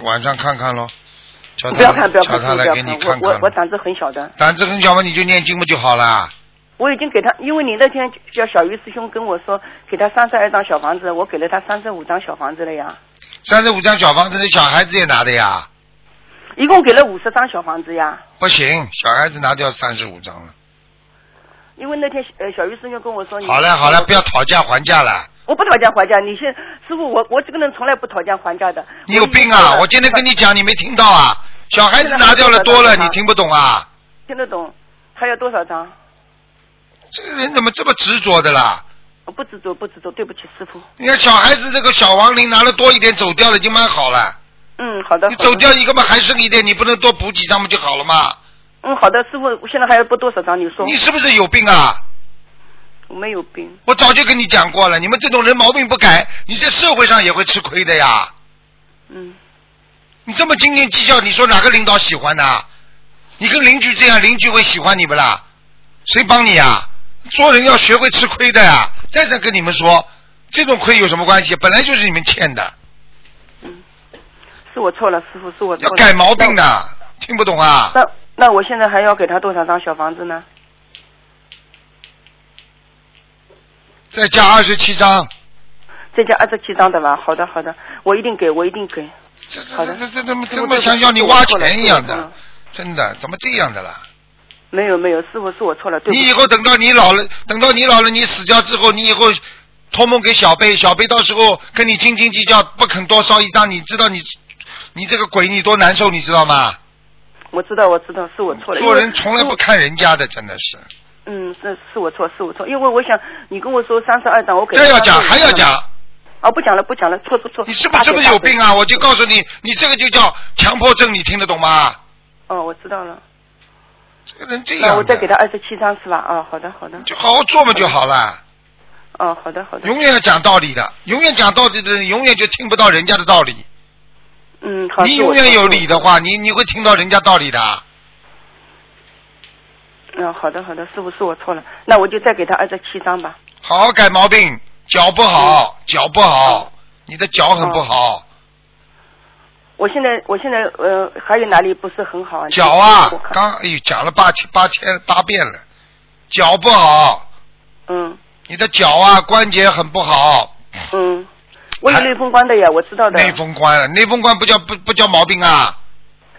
[SPEAKER 1] 晚上看看喽，叫他
[SPEAKER 6] 不要看，不要
[SPEAKER 1] 叫
[SPEAKER 6] 看，
[SPEAKER 1] 他
[SPEAKER 6] 不
[SPEAKER 1] 来
[SPEAKER 6] 要
[SPEAKER 1] 给你
[SPEAKER 6] 看，
[SPEAKER 1] 看
[SPEAKER 6] 我我我
[SPEAKER 1] 看。
[SPEAKER 6] 胆子很小的，
[SPEAKER 1] 胆子很小嘛，你就念经不就好了？
[SPEAKER 6] 我已经给他，因为你那天叫小鱼师兄跟我说，给他三十二张小房子，我给了他三十五张小房子了呀，
[SPEAKER 1] 三十五张小房子，那小孩子也拿的呀？
[SPEAKER 6] 一共给了五十张小房子呀。
[SPEAKER 1] 不行，小孩子拿掉三十五张了。
[SPEAKER 6] 因为那天呃小鱼师兄跟我说你，
[SPEAKER 1] 好了好了，不要讨价还价了。
[SPEAKER 6] 我不讨价还价，你先师傅我我这个人从来不讨价还价的。
[SPEAKER 1] 你有
[SPEAKER 6] 已经
[SPEAKER 1] 病啊！
[SPEAKER 6] 说了
[SPEAKER 1] 我今天跟你讲，你没听到啊？小孩子拿掉了多了，你听不懂啊？
[SPEAKER 6] 听得懂，还要多少张？
[SPEAKER 1] 这个人怎么这么执着的啦？
[SPEAKER 6] 我不执着，不执着，对不起师傅。
[SPEAKER 1] 你看小孩子这个小亡灵拿了多一点走掉了，已经蛮好了。
[SPEAKER 6] 嗯，好的。
[SPEAKER 1] 你
[SPEAKER 6] 好的
[SPEAKER 1] 走掉一个嘛，还剩一点，你不能多补几张不就好了嘛？
[SPEAKER 6] 嗯，好的，师傅，我现在还要拨多少张？你说
[SPEAKER 1] 你是不是有病啊？
[SPEAKER 6] 我没有病，
[SPEAKER 1] 我早就跟你讲过了，你们这种人毛病不改，你在社会上也会吃亏的呀。
[SPEAKER 6] 嗯，
[SPEAKER 1] 你这么斤斤计较，你说哪个领导喜欢呐、你跟邻居这样，邻居会喜欢你不啦？谁帮你啊？做人要学会吃亏的呀、再再跟你们说，这种亏有什么关系？本来就是你们欠的，
[SPEAKER 6] 是我错了，师傅是我错
[SPEAKER 1] 要
[SPEAKER 6] 了。
[SPEAKER 1] 改毛病的，听不懂啊？
[SPEAKER 6] 那。那那我现在还要给他多少张小房子呢？
[SPEAKER 1] 再加二十七章。
[SPEAKER 6] 再加二十七张的吧。好的，好的，我一定给，我一定给。
[SPEAKER 1] 这这
[SPEAKER 6] 好的
[SPEAKER 1] 这这这么
[SPEAKER 6] 师
[SPEAKER 1] 这
[SPEAKER 6] 傅
[SPEAKER 1] 么
[SPEAKER 6] 对不起
[SPEAKER 1] 像要你挖
[SPEAKER 6] 是我错了
[SPEAKER 1] 钱一样
[SPEAKER 6] 是我错了
[SPEAKER 1] 的，真的怎么这样的啦？
[SPEAKER 6] 嗯没有没有，师傅是我错了，对不
[SPEAKER 1] 你
[SPEAKER 6] 起。
[SPEAKER 1] 以后等到你老了，等到你老了，你死掉之后，你以后托梦给小贝，小贝到时候跟你斤斤计较，不肯多烧一张，你知道你你这个鬼你多难受，你知道吗？
[SPEAKER 6] 我知道，我知道，是我错了。
[SPEAKER 1] 做
[SPEAKER 6] 因为
[SPEAKER 1] 人从来不看人家的，真的是。
[SPEAKER 6] 嗯，是是我错，是我错，因为我想你跟我说三十二张，我给。
[SPEAKER 1] 这要讲还要讲。，
[SPEAKER 6] 哦，不讲了，不讲了，错错错。
[SPEAKER 1] 你是不是是不是有病
[SPEAKER 6] 啊？
[SPEAKER 1] 啊？我就告诉你，你这个就叫强迫症，你听得懂吗？
[SPEAKER 6] 哦，我知道了。
[SPEAKER 1] 这个人这样
[SPEAKER 6] 那
[SPEAKER 1] 的，
[SPEAKER 6] 我再给他二十七张是吧？哦，好的，好的。
[SPEAKER 1] 就好好做嘛就好了。
[SPEAKER 6] 哦，好的，好的。
[SPEAKER 1] 永远要讲道理的，永远讲道理的人，永远就听不到人家的道理。
[SPEAKER 6] 嗯，好。
[SPEAKER 1] 你
[SPEAKER 6] 是我
[SPEAKER 1] 永远
[SPEAKER 6] 错
[SPEAKER 1] 有理。的话，你你会听到人家道理的。
[SPEAKER 6] 嗯，好的，好的，师傅是我错了，那我就再给他二十七张吧。
[SPEAKER 1] 好好改毛病，脚不好，脚不好，你的脚很不好，
[SPEAKER 6] 我现在，我现在呃，还有哪里不是很好啊？
[SPEAKER 1] 脚啊
[SPEAKER 6] 我，看
[SPEAKER 1] 刚哎呦讲了八千八千八遍了，脚不好，
[SPEAKER 6] 嗯
[SPEAKER 1] 你的脚啊关节很不好，
[SPEAKER 6] 嗯，我有内风关的呀，我知道的。
[SPEAKER 1] 内风关了，内风关不叫不不叫毛病啊，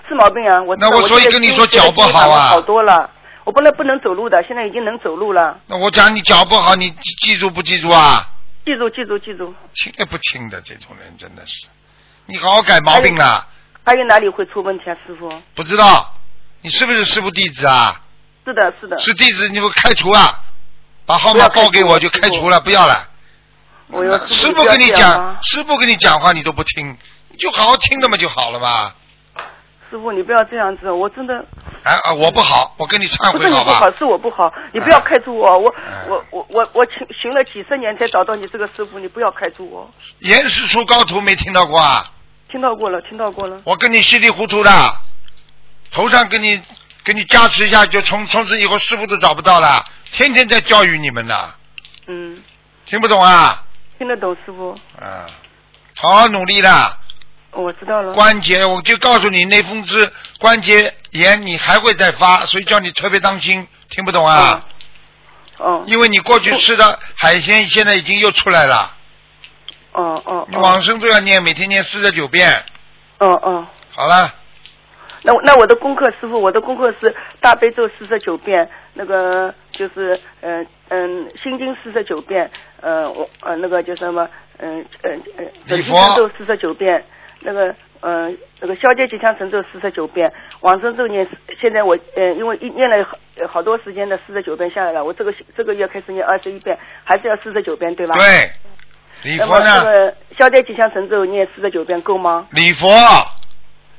[SPEAKER 6] 是毛病啊，我知道
[SPEAKER 1] 那我所以
[SPEAKER 6] 现在
[SPEAKER 1] 跟你
[SPEAKER 6] 心
[SPEAKER 1] 说脚不好啊
[SPEAKER 6] 好多了，我本来不能走路的，现在已经能走路了。
[SPEAKER 1] 那我讲你脚不好，你记记住不记住啊？
[SPEAKER 6] 记住，记住，记住。
[SPEAKER 1] 听也不听的这种人真的是，你好好改毛病啊，
[SPEAKER 6] 还有哪里会出问题啊，师傅？
[SPEAKER 1] 不知道你是不是师傅弟子啊？
[SPEAKER 6] 是的，是的。
[SPEAKER 1] 是弟子你就开除啊，把号码报给我就开除了，不要了。
[SPEAKER 6] 我有
[SPEAKER 1] 师
[SPEAKER 6] 傅
[SPEAKER 1] 傅跟你讲，
[SPEAKER 6] 讲，
[SPEAKER 1] 师傅跟你讲话你都不听，你就好好听的嘛就好了嘛。
[SPEAKER 6] 师傅你不要这样子，我真的
[SPEAKER 1] 哎啊，我不好，我跟你忏
[SPEAKER 6] 不
[SPEAKER 1] 悔
[SPEAKER 6] 是你不
[SPEAKER 1] 吧嗯
[SPEAKER 6] 好，？是我不好，你不要开除我，我
[SPEAKER 1] 哎
[SPEAKER 6] 我我我我寻寻了几十年才找到你这个师傅，你不要开除我。
[SPEAKER 1] 严师出高徒没听到过啊？
[SPEAKER 6] 听到过了，听到过了。
[SPEAKER 1] 我跟你稀里糊涂的，头上给你给你加持一下，就从从此以后师傅都找不到了，天天在教育你们呢，
[SPEAKER 6] 嗯，
[SPEAKER 1] 听不懂啊？
[SPEAKER 6] 听得懂师傅，
[SPEAKER 1] 嗯，好好努力啦。
[SPEAKER 6] 我知道了。
[SPEAKER 1] 关节，我就告诉你，那风湿关节炎你还会再发，所以叫你特别当心，听不懂
[SPEAKER 6] 嗯
[SPEAKER 1] 啊？
[SPEAKER 6] 哦
[SPEAKER 1] 因为你过去吃的海鲜现在已经又出来了，
[SPEAKER 6] 哦哦
[SPEAKER 1] 你往
[SPEAKER 6] 哦
[SPEAKER 1] 生咒要念，每天念四十九遍。
[SPEAKER 6] 哦哦。
[SPEAKER 1] 好了，
[SPEAKER 6] 那我那我的功课，师傅，我的功课是大悲咒四十九遍，那个就是嗯嗯、心经四十九遍，呃我呃那个叫什么嗯嗯嗯
[SPEAKER 1] 礼
[SPEAKER 6] 准
[SPEAKER 1] 佛
[SPEAKER 6] 提神咒四十九遍，那个嗯、呃、那个消界吉祥神咒四十九遍，往生咒念，现在我嗯、呃、因为一念了好呃好多时间的四十九遍下来了，我这个这个月开始念二十一遍，还是要四十九遍对吧？。
[SPEAKER 1] 对，礼
[SPEAKER 6] 那
[SPEAKER 1] 佛
[SPEAKER 6] 么
[SPEAKER 1] 呢
[SPEAKER 6] 这？个消灾吉祥神咒念四十九遍够吗？
[SPEAKER 1] 礼佛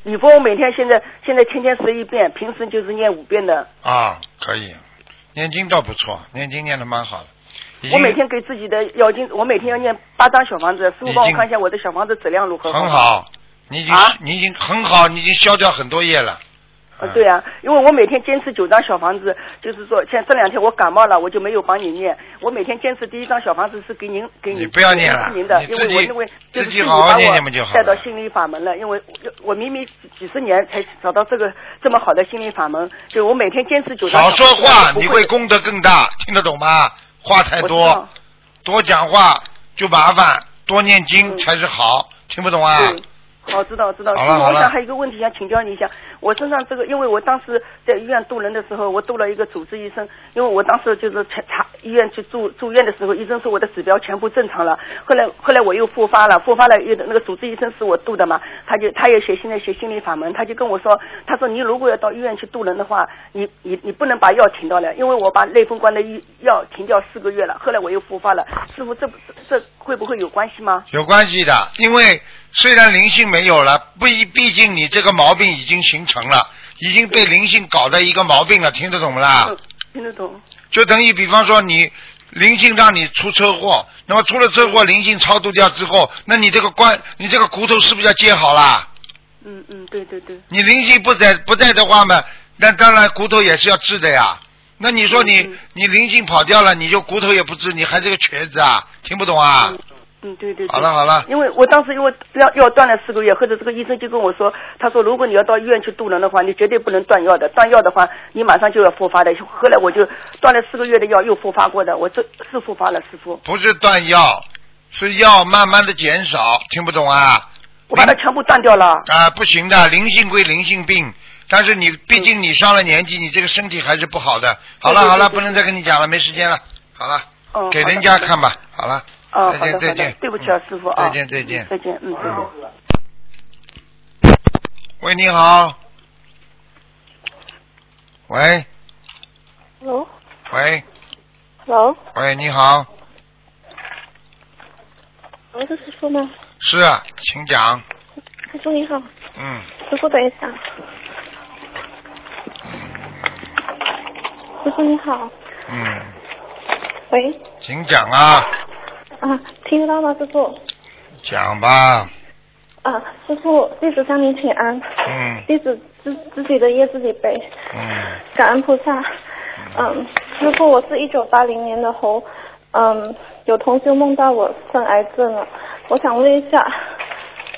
[SPEAKER 6] 礼佛我每天现在现在天天十一遍，平时就是念五遍的。
[SPEAKER 1] 啊，可以，念经倒不错，念经念的蛮好的。已
[SPEAKER 6] 我
[SPEAKER 1] 经
[SPEAKER 6] 每天给自己的要经，我每天要念八张小房子。师傅帮
[SPEAKER 1] 已
[SPEAKER 6] 我
[SPEAKER 1] 经
[SPEAKER 6] 看一下我的小房子质量如何？
[SPEAKER 1] 很。好，你已经、
[SPEAKER 6] 啊
[SPEAKER 1] 你已经很好，你已经消掉很多业了。嗯
[SPEAKER 6] 呃，对啊，因为我每天坚持九张小房子，就是说，像这两天我感冒了，我就没有帮你念。我每天坚持第一张小房子是给您，给您，
[SPEAKER 1] 你不要念了
[SPEAKER 6] 给您的，
[SPEAKER 1] 你
[SPEAKER 6] 因
[SPEAKER 1] 自己
[SPEAKER 6] 为我认为就是
[SPEAKER 1] 自己
[SPEAKER 6] 己
[SPEAKER 1] 好好
[SPEAKER 6] 把
[SPEAKER 1] 念
[SPEAKER 6] 我
[SPEAKER 1] 念不就好了
[SPEAKER 6] 带到心理法门了，因为我我明明几十年才找到这个这么好的心理法门，就我每天坚持九张小
[SPEAKER 1] 少
[SPEAKER 6] 房子。
[SPEAKER 1] 说话，
[SPEAKER 6] 我不
[SPEAKER 1] 你会功德更大，听得懂吗？话太
[SPEAKER 6] 我知
[SPEAKER 1] 多
[SPEAKER 6] 道，
[SPEAKER 1] 多讲话就麻烦，多念经
[SPEAKER 6] 嗯
[SPEAKER 1] 才是好，听不懂啊？
[SPEAKER 6] 对，嗯好，知道知道。
[SPEAKER 1] 好
[SPEAKER 6] 师
[SPEAKER 1] 了
[SPEAKER 6] 傅，
[SPEAKER 1] 好
[SPEAKER 6] 我
[SPEAKER 1] 了
[SPEAKER 6] 想还有一个问题想请教你一下，我身上这个，因为我当时在医院渡人的时候，我渡了一个主治医生，因为我当时就是查查医院去住住院的时候，医生说我的指标全部正常了，后来后来我又复发了，复发了又那个主治医生是我渡的嘛，他就他也学现在学心理法门，他就跟我说，他说你如果要到医院去渡人的话，你你你不能把药停掉了，因为我把类风关的药停掉四个月了，后来我又复发了，师傅这不这这会不会有关系吗？
[SPEAKER 1] 有关系的，因为虽然灵性没有了，不一，毕竟你这个毛病已经形成了，已经被灵性搞的一个毛病了，听得懂不啦？
[SPEAKER 6] 嗯，听得懂。
[SPEAKER 1] 就等于比方说你灵性让你出车祸，那么出了车祸，灵性超度掉之后，那你这个关，你这个骨头是不是要接好啦？
[SPEAKER 6] 嗯嗯，对对对，
[SPEAKER 1] 你灵性不在不在的话嘛，那当然骨头也是要治的呀。那你说你、
[SPEAKER 6] 嗯嗯
[SPEAKER 1] 你灵性跑掉了，你就骨头也不治，你还是个瘸子啊？听不懂啊？
[SPEAKER 6] 嗯嗯对对对。
[SPEAKER 1] 好了。好了，
[SPEAKER 6] 因为我当时因为要要断了四个月，或者这个医生就跟我说，他说如果你要到医院去渡人的话，你绝对不能断药的，断药的话你马上就要复发的。后来我就断了四个月的药又复发过的，我这是复发了，师傅，
[SPEAKER 1] 不是断药，是药慢慢的减少，听不懂啊？
[SPEAKER 6] 我把它全部断掉了。
[SPEAKER 1] 啊，不行的，灵性归灵性病，但是你毕竟你上了年纪，你这个身体还是不好的。好了
[SPEAKER 6] 对对
[SPEAKER 1] 好了，
[SPEAKER 6] 对对
[SPEAKER 1] 不能再跟你讲了，没时间了。好了，
[SPEAKER 6] 嗯，
[SPEAKER 1] 给
[SPEAKER 6] 好的
[SPEAKER 1] 人家。
[SPEAKER 6] 好的
[SPEAKER 1] 看吧。好了，
[SPEAKER 6] 哦，
[SPEAKER 1] 再
[SPEAKER 6] 好
[SPEAKER 1] 见
[SPEAKER 6] 的好
[SPEAKER 1] 再
[SPEAKER 6] 的
[SPEAKER 1] 见，。
[SPEAKER 6] 对不起啊
[SPEAKER 1] 嗯，
[SPEAKER 6] 师傅啊。
[SPEAKER 1] 再见再见。
[SPEAKER 6] 再见，嗯，再见。
[SPEAKER 1] 喂，你好。喂
[SPEAKER 7] Hello，Hello，
[SPEAKER 1] 喂喂，你好，
[SPEAKER 7] 喂，是师傅吗？
[SPEAKER 1] 是，啊请讲。
[SPEAKER 7] 师傅你好，
[SPEAKER 1] 嗯，
[SPEAKER 7] 师傅等一下。师傅你好，
[SPEAKER 1] 嗯，
[SPEAKER 7] 喂，
[SPEAKER 1] 请讲啊，
[SPEAKER 7] 啊，听得到吗，师傅？
[SPEAKER 1] 讲吧。
[SPEAKER 7] 啊，师傅，弟子向您请安，
[SPEAKER 1] 嗯
[SPEAKER 7] 弟子自自己的业自己背，
[SPEAKER 1] 嗯，
[SPEAKER 7] 感恩菩萨。嗯，师傅，我是一九八零年的猴，嗯，有同修梦到我生癌症了，我想问一下，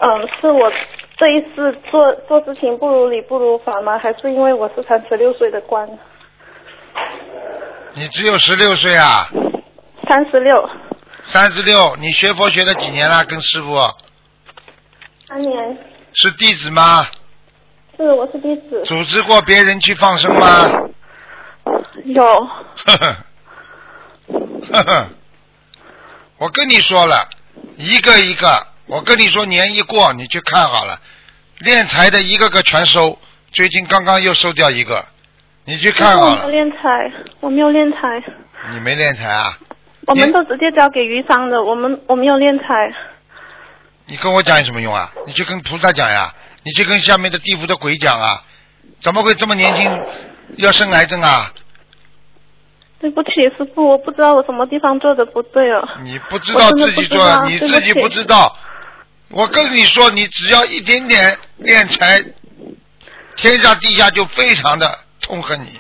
[SPEAKER 7] 嗯，是我这一次做做事情不如理不如法吗？还是因为我是三十六岁的官？
[SPEAKER 1] 你只有十六岁啊，
[SPEAKER 7] 三十六，
[SPEAKER 1] 三十六，你学佛学了几年了？跟师傅
[SPEAKER 7] 三年，
[SPEAKER 1] 是弟子吗？
[SPEAKER 7] 是我是弟子，
[SPEAKER 1] 组织过别人去放生吗？
[SPEAKER 7] 有，
[SPEAKER 1] 呵呵，呵呵，我跟你说了，一个一个，我跟你说，年一过你去看好了，练财的一个个全收，最近刚刚又收掉一个，你去看啊好
[SPEAKER 7] 我没
[SPEAKER 1] 了，
[SPEAKER 7] 有嗯练财，我没有练财，
[SPEAKER 1] 你没练财啊？
[SPEAKER 7] 我们都直接交给余商的，我们我没有练财，
[SPEAKER 1] 你跟我讲有什么用啊？你去跟菩萨讲呀，你去跟下面的地府的鬼讲啊，怎么会这么年轻要生癌症啊？
[SPEAKER 7] 对不起，师傅，我不知道我什么地方做的不对哦。
[SPEAKER 1] 你不知道自己做，
[SPEAKER 7] 我真的不知道
[SPEAKER 1] 你自己
[SPEAKER 7] 对
[SPEAKER 1] 不
[SPEAKER 7] 不起
[SPEAKER 1] 知道。我跟你说，你只要一点点敛财，天下地下就非常的痛恨你。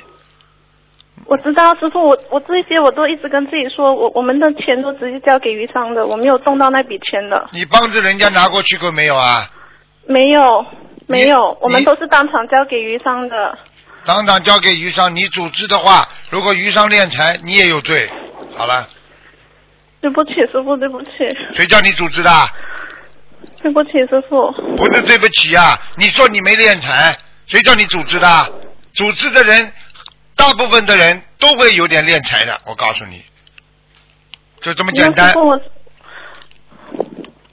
[SPEAKER 7] 我知道，师傅，我我这些我都一直跟自己说，我我们的钱都直接交给余昌的，我没有动到那笔钱的，
[SPEAKER 1] 你帮着人家拿过去过没有啊？
[SPEAKER 7] 没有，没有
[SPEAKER 1] 你，
[SPEAKER 7] 我们
[SPEAKER 1] 你
[SPEAKER 7] 都是当场交给余昌的。
[SPEAKER 1] 当场交给余商，你组织的话，如果余商敛财，你也有罪。好了，
[SPEAKER 7] 对不起，师傅，对不起，
[SPEAKER 1] 谁叫你组织的？啊
[SPEAKER 7] 对不起，师傅，
[SPEAKER 1] 不是对不起呀、你说你没敛财，谁叫你组织的？组织的人，大部分的人都会有点敛财的，我告诉你，就这么简
[SPEAKER 7] 那
[SPEAKER 1] 单
[SPEAKER 7] 师。傅我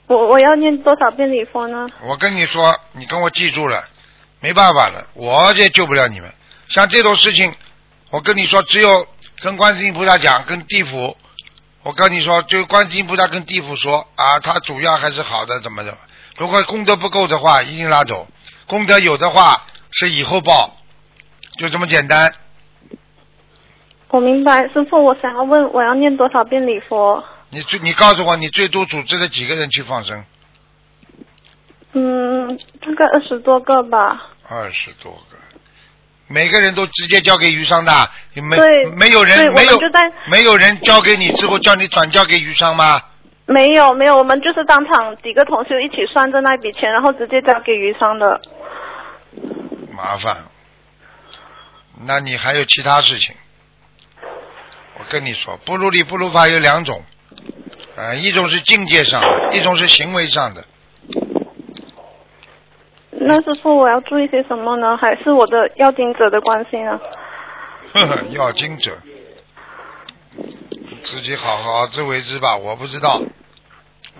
[SPEAKER 7] 我我要念多少遍礼佛呢？
[SPEAKER 1] 我跟你说，你跟我记住了，没办法了，我也救不了你们。像这种事情，我跟你说，只有跟观世音菩萨讲，跟地府，我跟你说，就观世音菩萨跟地府说啊，他主要还是好的，怎么怎么。如果功德不够的话，一定拉走；功德有的话，是以后报，就这么简单。
[SPEAKER 7] 我明白，师傅，我想要问我要念多少遍礼佛？
[SPEAKER 1] 你最，你告诉我，你最多组织了几个人去放生？
[SPEAKER 7] 嗯，大概二十多个吧。
[SPEAKER 1] 二十多个，每个人都直接交给余商的，没
[SPEAKER 7] 对
[SPEAKER 1] 没有
[SPEAKER 7] 对
[SPEAKER 1] 人
[SPEAKER 7] 我
[SPEAKER 1] 没
[SPEAKER 7] 们
[SPEAKER 1] 有
[SPEAKER 7] 就在
[SPEAKER 1] 没有人交给你之后叫你转交给余商吗？
[SPEAKER 7] 没有没有，我们就是当场几个同学一起算着那笔钱，然后直接交给余商的。
[SPEAKER 1] 麻烦，那你还有其他事情。我跟你说，不如理不如法有两种，呃，一种是境界上的，一种是行为上的。
[SPEAKER 7] 那师傅，我要注意些什么呢？还是我的要经者的关啊系呢？
[SPEAKER 1] 呵呵，要经者，自己好好自为之吧。我不知道，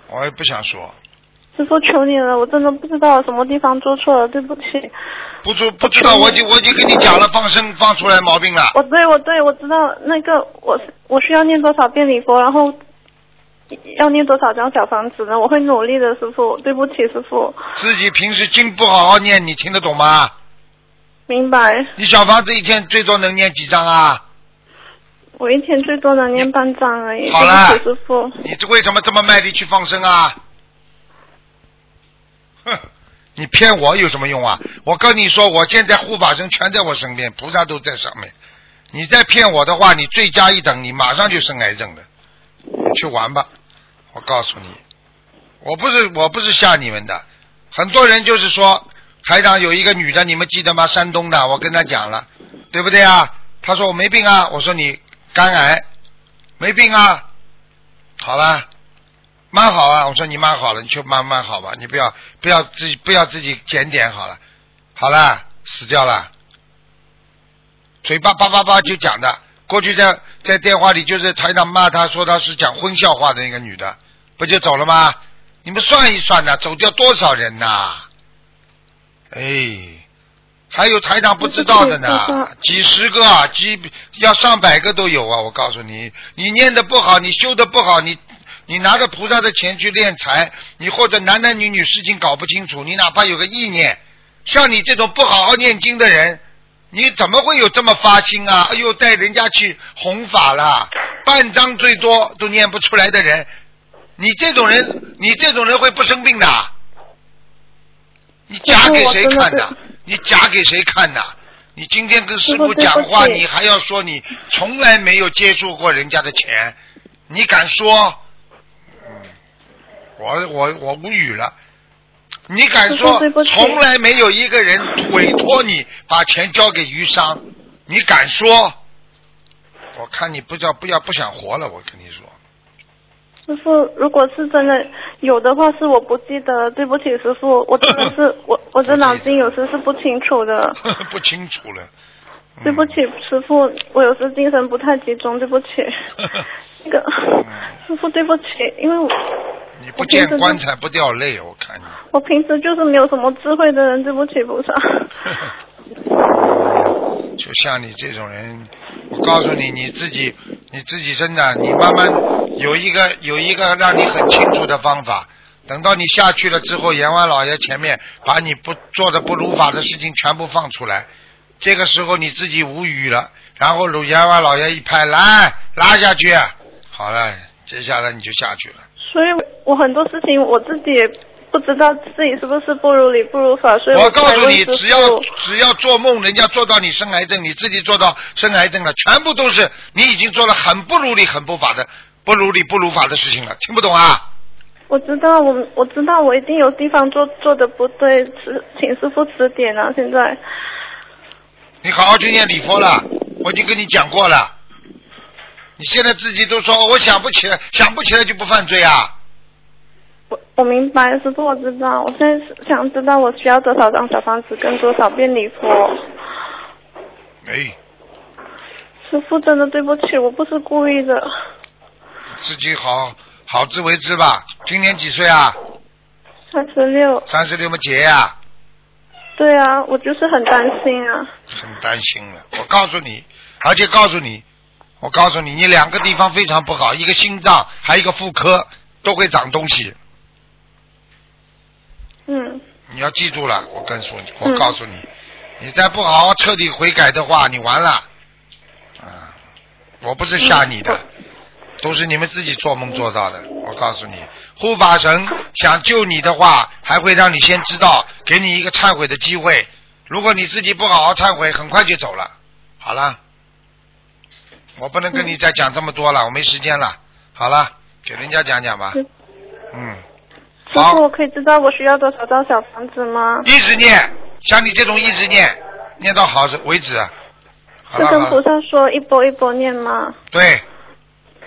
[SPEAKER 1] 我也不想说，
[SPEAKER 7] 师傅，求你了，我真的不知道什么地方做错了，对不起。
[SPEAKER 1] 不知不知道，我就我就跟你讲了，放生放出来毛病了。
[SPEAKER 7] 我对我对我知道那个我是我需要念多少遍礼佛，然后要念多少张小房子呢？我会努力的，师傅。对不起，师傅，
[SPEAKER 1] 自己平时经不好好念，你听得懂吗？
[SPEAKER 7] 明白。
[SPEAKER 1] 你小房子一天最多能念几张啊？
[SPEAKER 7] 我一天最多能念半张而已。
[SPEAKER 1] 好啦
[SPEAKER 7] 对不起，师傅。
[SPEAKER 1] 你这为什么这么卖力去放生啊？哼，你骗我有什么用啊？我跟你说，我现在护法神全在我身边，菩萨都在上面。你再骗我的话，你罪加一等，你马上就生癌症了。你去玩吧，我告诉你，我不是我不是吓你们的。很多人就是说，台长有一个女的，你们记得吗？山东的，我跟她讲了，对不对啊？她说我没病啊，我说你肝癌，没病啊，好啦，蛮好啊。我说你蛮好了，你就慢慢好吧，你不要不要自己不要自己检点好了，好啦，死掉了。嘴巴叭叭叭就讲的，过去在在电话里就是台长骂他说他是讲荤笑话的那个女的，不就走了吗？你们算一算呐、走掉多少人呐、哎，还有台长不知道的
[SPEAKER 7] 不是不是不
[SPEAKER 1] 呢
[SPEAKER 7] 是，
[SPEAKER 1] 几十个、啊，几要上百个都有啊！我告诉你，你念的不好，你修的不好，你你拿着菩萨的钱去敛财，你或者男男女女事情搞不清楚，你哪怕有个意念，像你这种不好好念经的人，你怎么会有这么发心啊？哎呦，带人家去弘法了，半张最多都念不出来的人，你这种人，你这种人会不生病的？你夹给谁看
[SPEAKER 7] 哎可是我真的
[SPEAKER 1] 的
[SPEAKER 7] 是？
[SPEAKER 1] 你夹给谁看的？你今天跟师傅
[SPEAKER 7] 师傅对
[SPEAKER 1] 讲话，
[SPEAKER 7] 不起
[SPEAKER 1] 你还要说你从来没有接触过人家的钱，你敢说？嗯，我我我无语了。你敢
[SPEAKER 7] 师
[SPEAKER 1] 说
[SPEAKER 7] 傅对不起
[SPEAKER 1] 从来没有一个人委托你把钱交给余商？你敢说？我看你不知道不要不想活了，我跟你说，
[SPEAKER 7] 师傅，如果是真的有的话，是我不记得，对不起，师傅，我真的 是我我的脑筋有时是不清楚的，
[SPEAKER 1] 不清楚了。嗯
[SPEAKER 7] 对不起，师傅，我有时精神不太集中，对不起，那个师傅对不起，因为我
[SPEAKER 1] 嗯你不见棺材不掉泪，我看你。
[SPEAKER 7] 我平时就是没有什么智慧的人，对不起， 菩萨，
[SPEAKER 1] 就像你这种人，我告诉你，你自己，你自己真的，你慢慢有一个有一个让你很清楚的方法。等到你下去了之后，阎王老爷前面把你不做的不如法的事情全部放出来，这个时候你自己无语了，然后阎王老爷一拍，来拉下去，啊好了，接下来你就下去了。
[SPEAKER 7] 所以我很多事情我自己也不知道自己是不是不如理不如法，所以
[SPEAKER 1] 我告
[SPEAKER 7] 才
[SPEAKER 1] 诉
[SPEAKER 7] 问
[SPEAKER 1] 你，
[SPEAKER 7] 师
[SPEAKER 1] 只要
[SPEAKER 7] 傅
[SPEAKER 1] 只要做梦，人家做到你生癌症，你自己做到生癌症了，全部都是你已经做了很不如理、很不法的、不如理、不如法的事情了，听不懂啊？
[SPEAKER 7] 我知道我我知道我一定有地方做做的不对，指请师傅指点啊！现在
[SPEAKER 1] 你好好去念礼佛了，我已经跟你讲过了。你现在自己都说我想不起来，想不起来就不犯罪啊？
[SPEAKER 7] 我我明白，师傅我知道，我现在是想知道我需要多少张小房子跟多少遍礼佛。
[SPEAKER 1] 哎，
[SPEAKER 7] 师傅真的对不起，我不是故意的。
[SPEAKER 1] 自己好好自为之吧。今年几岁啊？
[SPEAKER 7] 三十六，
[SPEAKER 1] 三十六啊么节呀、
[SPEAKER 7] 对啊，我就是很担心啊。
[SPEAKER 1] 很担心了。我告诉你，而且告诉你，我告诉你，你两个地方非常不好，一个心脏，还有一个妇科，都会长东西。
[SPEAKER 7] 嗯，
[SPEAKER 1] 你要记住了，我跟说，我
[SPEAKER 7] 嗯
[SPEAKER 1] 告诉你，你再不好好彻底悔改的话，你完了。啊，我不是吓你的，
[SPEAKER 7] 嗯
[SPEAKER 1] 都是你们自己做梦做到的。我告诉你，护法神想救你的话，还会让你先知道，给你一个忏悔的机会。如果你自己不好好忏悔，很快就走了。好了，我不能跟你再讲这么多了，我没时间了。好了，给人家讲讲吧
[SPEAKER 7] 嗯。
[SPEAKER 1] 嗯，
[SPEAKER 7] 师
[SPEAKER 1] 好
[SPEAKER 7] 傅，我可以知道我需要多少张小房子吗？
[SPEAKER 1] 一直念，像你这种一直念，念到好为止。啊好
[SPEAKER 7] 是
[SPEAKER 1] 了
[SPEAKER 7] 跟
[SPEAKER 1] 好
[SPEAKER 7] 菩
[SPEAKER 1] 了，
[SPEAKER 7] 萨说一波一波念吗？
[SPEAKER 1] 对，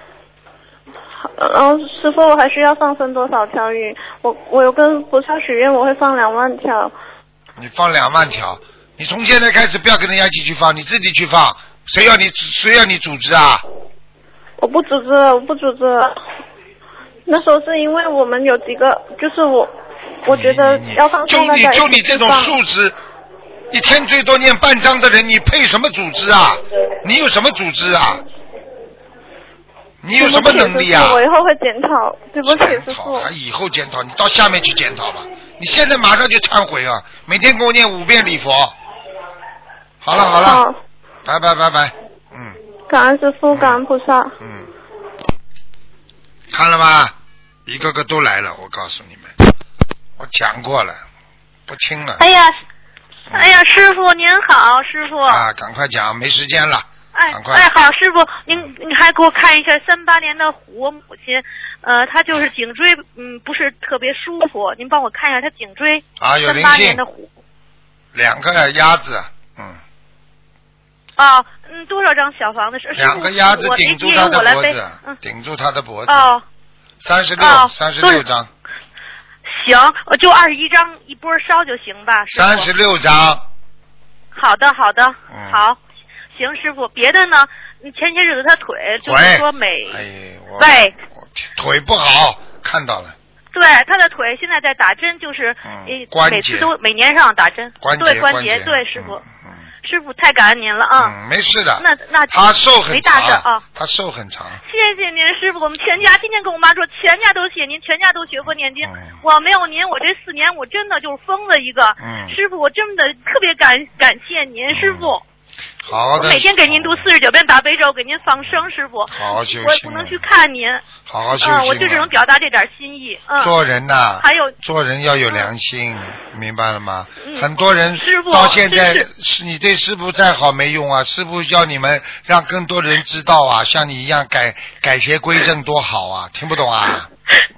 [SPEAKER 7] 好然后师傅，我还需要放生多少条鱼？我我有跟菩萨许愿，我会放两万条。
[SPEAKER 1] 你放两万条，你从现在开始不要跟人家一起去放，你自己去放，谁要你谁要你组织啊？
[SPEAKER 7] 我不组织了，我不组织了。那时候是因为我们有几个，就是我，我觉得
[SPEAKER 1] 你你
[SPEAKER 7] 要放
[SPEAKER 1] 就
[SPEAKER 7] 生大
[SPEAKER 1] 你
[SPEAKER 7] 家
[SPEAKER 1] 就
[SPEAKER 7] 一
[SPEAKER 1] 你
[SPEAKER 7] 起
[SPEAKER 1] 这
[SPEAKER 7] 去
[SPEAKER 1] 种
[SPEAKER 7] 放。
[SPEAKER 1] 素质，一天最多念半章的人，你配什么组织啊？你有什么组织啊？你有什么能力
[SPEAKER 7] 对不起师
[SPEAKER 1] 啊哎
[SPEAKER 7] 傅？我以后会检讨。对不起，
[SPEAKER 1] 检
[SPEAKER 7] 师
[SPEAKER 1] 讨，
[SPEAKER 7] 傅。
[SPEAKER 1] 还以后检讨，你到下面去检讨吧。你现在马上就忏悔啊！每天给我念五遍礼佛。好了好了，
[SPEAKER 7] 好，
[SPEAKER 1] 拜拜拜拜，嗯
[SPEAKER 7] 感恩师傅，感恩菩萨。
[SPEAKER 1] 嗯，看了吧，一个个都来了，我告诉你们，我讲过了，不听了。
[SPEAKER 4] 哎呀，哎呀，师傅您好，师傅。
[SPEAKER 1] 啊，赶快讲，没时间了。
[SPEAKER 4] 哎
[SPEAKER 1] 赶快
[SPEAKER 4] 哎，好，师傅，您您还给我看一下三八年的虎，我母亲，呃，她就是颈椎，嗯，不是特别舒服，您帮我看一下她颈椎。
[SPEAKER 1] 啊，有
[SPEAKER 4] 三
[SPEAKER 1] 灵
[SPEAKER 4] 八
[SPEAKER 1] 性
[SPEAKER 4] 年的，虎
[SPEAKER 1] 两个鸭子，嗯，
[SPEAKER 4] 啊，嗯，多少张小房子？是
[SPEAKER 1] 两个鸭子顶住他的脖子，
[SPEAKER 4] 嗯，
[SPEAKER 1] 顶住他的脖子，
[SPEAKER 4] 哦，
[SPEAKER 1] 三十六，
[SPEAKER 4] 哦
[SPEAKER 1] 三十
[SPEAKER 4] 都
[SPEAKER 1] 六
[SPEAKER 4] 是
[SPEAKER 1] 张，
[SPEAKER 4] 行，呃就二十一张一波烧就行吧，师傅
[SPEAKER 1] 三十。六张。
[SPEAKER 4] 好的，好的，
[SPEAKER 1] 嗯
[SPEAKER 4] 好，行，师傅，别的呢？嗯前些日子他腿就是
[SPEAKER 1] 腿
[SPEAKER 4] 说每
[SPEAKER 1] 哎，我
[SPEAKER 4] 喂
[SPEAKER 1] 我腿不好，看到了，
[SPEAKER 4] 对，他的腿现在在打针，就是
[SPEAKER 1] 嗯
[SPEAKER 4] 呃
[SPEAKER 1] 关
[SPEAKER 4] 每
[SPEAKER 1] 节
[SPEAKER 4] 次都每年上打针，
[SPEAKER 1] 关节
[SPEAKER 4] 对关
[SPEAKER 1] 节，
[SPEAKER 4] 对师傅，
[SPEAKER 1] 嗯，嗯
[SPEAKER 4] 师傅太感恩您了啊！
[SPEAKER 1] 嗯，没事的，
[SPEAKER 4] 那那
[SPEAKER 1] 他寿很
[SPEAKER 4] 没大事啊
[SPEAKER 1] 长，他寿很长，
[SPEAKER 4] 谢谢您，师傅，我们全家天天跟我妈说，全家都谢您，全家都学佛念经。
[SPEAKER 1] 嗯
[SPEAKER 4] 我没有您，我这四年我真的就是疯了一个。
[SPEAKER 1] 嗯
[SPEAKER 4] 师傅，我真的特别感感谢您，师傅，
[SPEAKER 1] 好好
[SPEAKER 4] 我
[SPEAKER 1] 的，
[SPEAKER 4] 每天给您读四十九遍大悲咒，给您放生，师傅。
[SPEAKER 1] 好好修
[SPEAKER 4] 我也
[SPEAKER 1] 心
[SPEAKER 4] 不
[SPEAKER 1] 啊
[SPEAKER 4] 能去看您，
[SPEAKER 1] 好好修
[SPEAKER 4] 嗯，我
[SPEAKER 1] 心
[SPEAKER 4] 就只
[SPEAKER 1] 啊
[SPEAKER 4] 能表达这点心意，嗯。
[SPEAKER 1] 做人呐、
[SPEAKER 4] 还有嗯
[SPEAKER 1] 做人要有良心，明白了吗？很多人
[SPEAKER 4] 师傅
[SPEAKER 1] 到现在
[SPEAKER 4] 真，
[SPEAKER 1] 是你对师傅再好没用啊！师傅要你们让更多人知道啊，像你一样改改邪归正多好啊！听不懂 啊？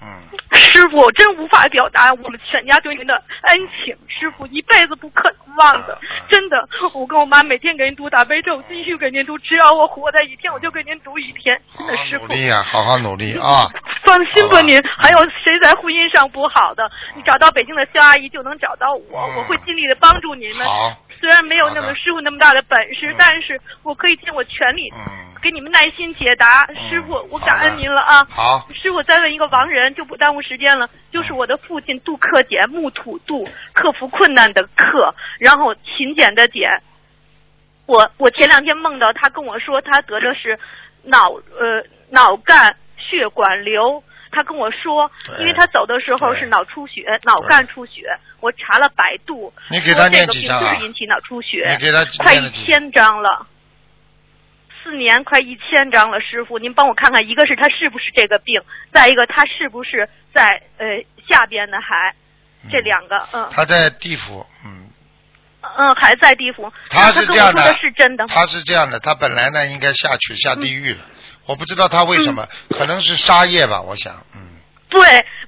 [SPEAKER 1] 嗯，
[SPEAKER 4] 师傅，我真无法表达我们全家对您的恩情，师傅一辈子不可能忘
[SPEAKER 1] 啊
[SPEAKER 4] 的，真的。我跟我妈每天给您读大悲咒，继续给您读，只要我活在一天，我就给您读一天。
[SPEAKER 1] 好
[SPEAKER 4] 真的，
[SPEAKER 1] 好
[SPEAKER 4] 师
[SPEAKER 1] 努
[SPEAKER 4] 傅，
[SPEAKER 1] 力啊，好好努力啊！
[SPEAKER 4] 放心吧
[SPEAKER 1] 好吧
[SPEAKER 4] 您。还有谁在婚姻上不好的，你找到北京的肖阿姨就能找到我，
[SPEAKER 1] 嗯
[SPEAKER 4] 我会尽力的帮助你们。
[SPEAKER 1] 啊好，
[SPEAKER 4] 虽然没有那
[SPEAKER 1] 好的
[SPEAKER 4] 么师傅那么大的本事
[SPEAKER 1] 嗯，
[SPEAKER 4] 但是我可以尽我全力
[SPEAKER 1] 嗯，
[SPEAKER 4] 给你们耐心解答。师傅，我感恩您了啊！
[SPEAKER 1] 好的，
[SPEAKER 4] 师傅再问一个亡人，就不耽误时间了。就是我的父亲杜克俭，木土杜，克服困难的克，然后勤俭的俭。我我前两天梦到他跟我说，他得的是脑呃脑干血管瘤。他跟我说，
[SPEAKER 1] 对
[SPEAKER 4] 因为他走的时候是
[SPEAKER 1] 对
[SPEAKER 4] 脑出血，脑干出血。我查了百度，
[SPEAKER 1] 你给他
[SPEAKER 4] 说这
[SPEAKER 1] 念
[SPEAKER 4] 个
[SPEAKER 1] 几
[SPEAKER 4] 病
[SPEAKER 1] 张啊
[SPEAKER 4] 就是引起脑出血。
[SPEAKER 1] 你给他
[SPEAKER 4] 快
[SPEAKER 1] 念
[SPEAKER 4] 一
[SPEAKER 1] 了几
[SPEAKER 4] 千张了，四年快一千张了，师傅，您帮我看看，一个是他是不是这个病，再一个他是不是在呃下边呢还，这两个，嗯
[SPEAKER 1] 他在地府，嗯，
[SPEAKER 4] 嗯，还在地府。
[SPEAKER 1] 他
[SPEAKER 4] 跟
[SPEAKER 1] 是这
[SPEAKER 4] 我
[SPEAKER 1] 样
[SPEAKER 4] 说的是真的。嗯
[SPEAKER 1] 他是这样的，他本来呢应该下去下地狱了，我不知道他为什么，可能是杀业吧，我想，嗯，
[SPEAKER 4] 对，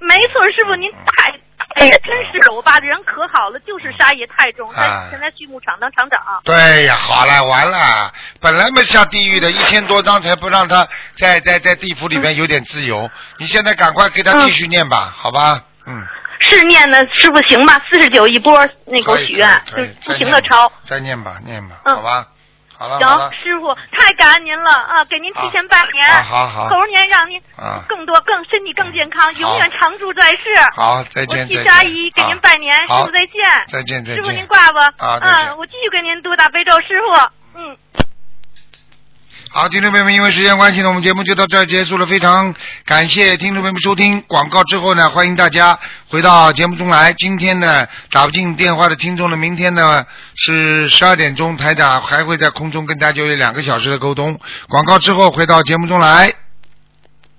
[SPEAKER 4] 没错，师傅您太。哎呀，真是的，我爸这人可好了，就是杀业太重。
[SPEAKER 1] 哎
[SPEAKER 4] 他以前在畜牧场当厂长，
[SPEAKER 1] 对呀，好了，完了，本来没下地狱的，一千多章才不让他在在在地府里
[SPEAKER 4] 嗯
[SPEAKER 1] 面有点自由，你现在赶快给他继续念吧，好吧，嗯，
[SPEAKER 4] 是念的师傅行吧？四十九一波那个我
[SPEAKER 1] 可以
[SPEAKER 4] 许愿，
[SPEAKER 1] 可
[SPEAKER 4] 就
[SPEAKER 1] 以
[SPEAKER 4] 是
[SPEAKER 1] 可
[SPEAKER 4] 不
[SPEAKER 1] 以再
[SPEAKER 4] 停
[SPEAKER 1] 念
[SPEAKER 4] 的
[SPEAKER 1] 吧
[SPEAKER 4] 抄。
[SPEAKER 1] 再念吧，念吧，
[SPEAKER 4] 嗯
[SPEAKER 1] 好吧，好了，
[SPEAKER 4] 行
[SPEAKER 1] 好了，，
[SPEAKER 4] 师傅太感恩您了啊！给您提前拜年，
[SPEAKER 1] 啊好好
[SPEAKER 4] 猴年让您
[SPEAKER 1] 啊，
[SPEAKER 4] 更多、更身体更健康，永远常驻在世。
[SPEAKER 1] 好，再
[SPEAKER 4] 我
[SPEAKER 1] 见，
[SPEAKER 4] 替
[SPEAKER 1] 再
[SPEAKER 4] 阿
[SPEAKER 1] 见
[SPEAKER 4] 姨给您
[SPEAKER 1] 好
[SPEAKER 4] 拜年，师
[SPEAKER 1] 好
[SPEAKER 4] 傅再见。
[SPEAKER 1] 再见，再
[SPEAKER 4] 师傅您
[SPEAKER 1] 见。
[SPEAKER 4] 挂吧。
[SPEAKER 1] 啊再见
[SPEAKER 4] 嗯，我继续给您读大悲咒，师傅。嗯。
[SPEAKER 1] 好，听众朋友们，因为时间关系呢，我们节目就到这儿结束了。非常感谢听众朋友们收听广告之后呢，欢迎大家回到节目中来。今天呢打不进电话的听众呢，明天呢是十二点钟，台长还会在空中跟大家有两个小时的沟通。广告之后回到节目中来。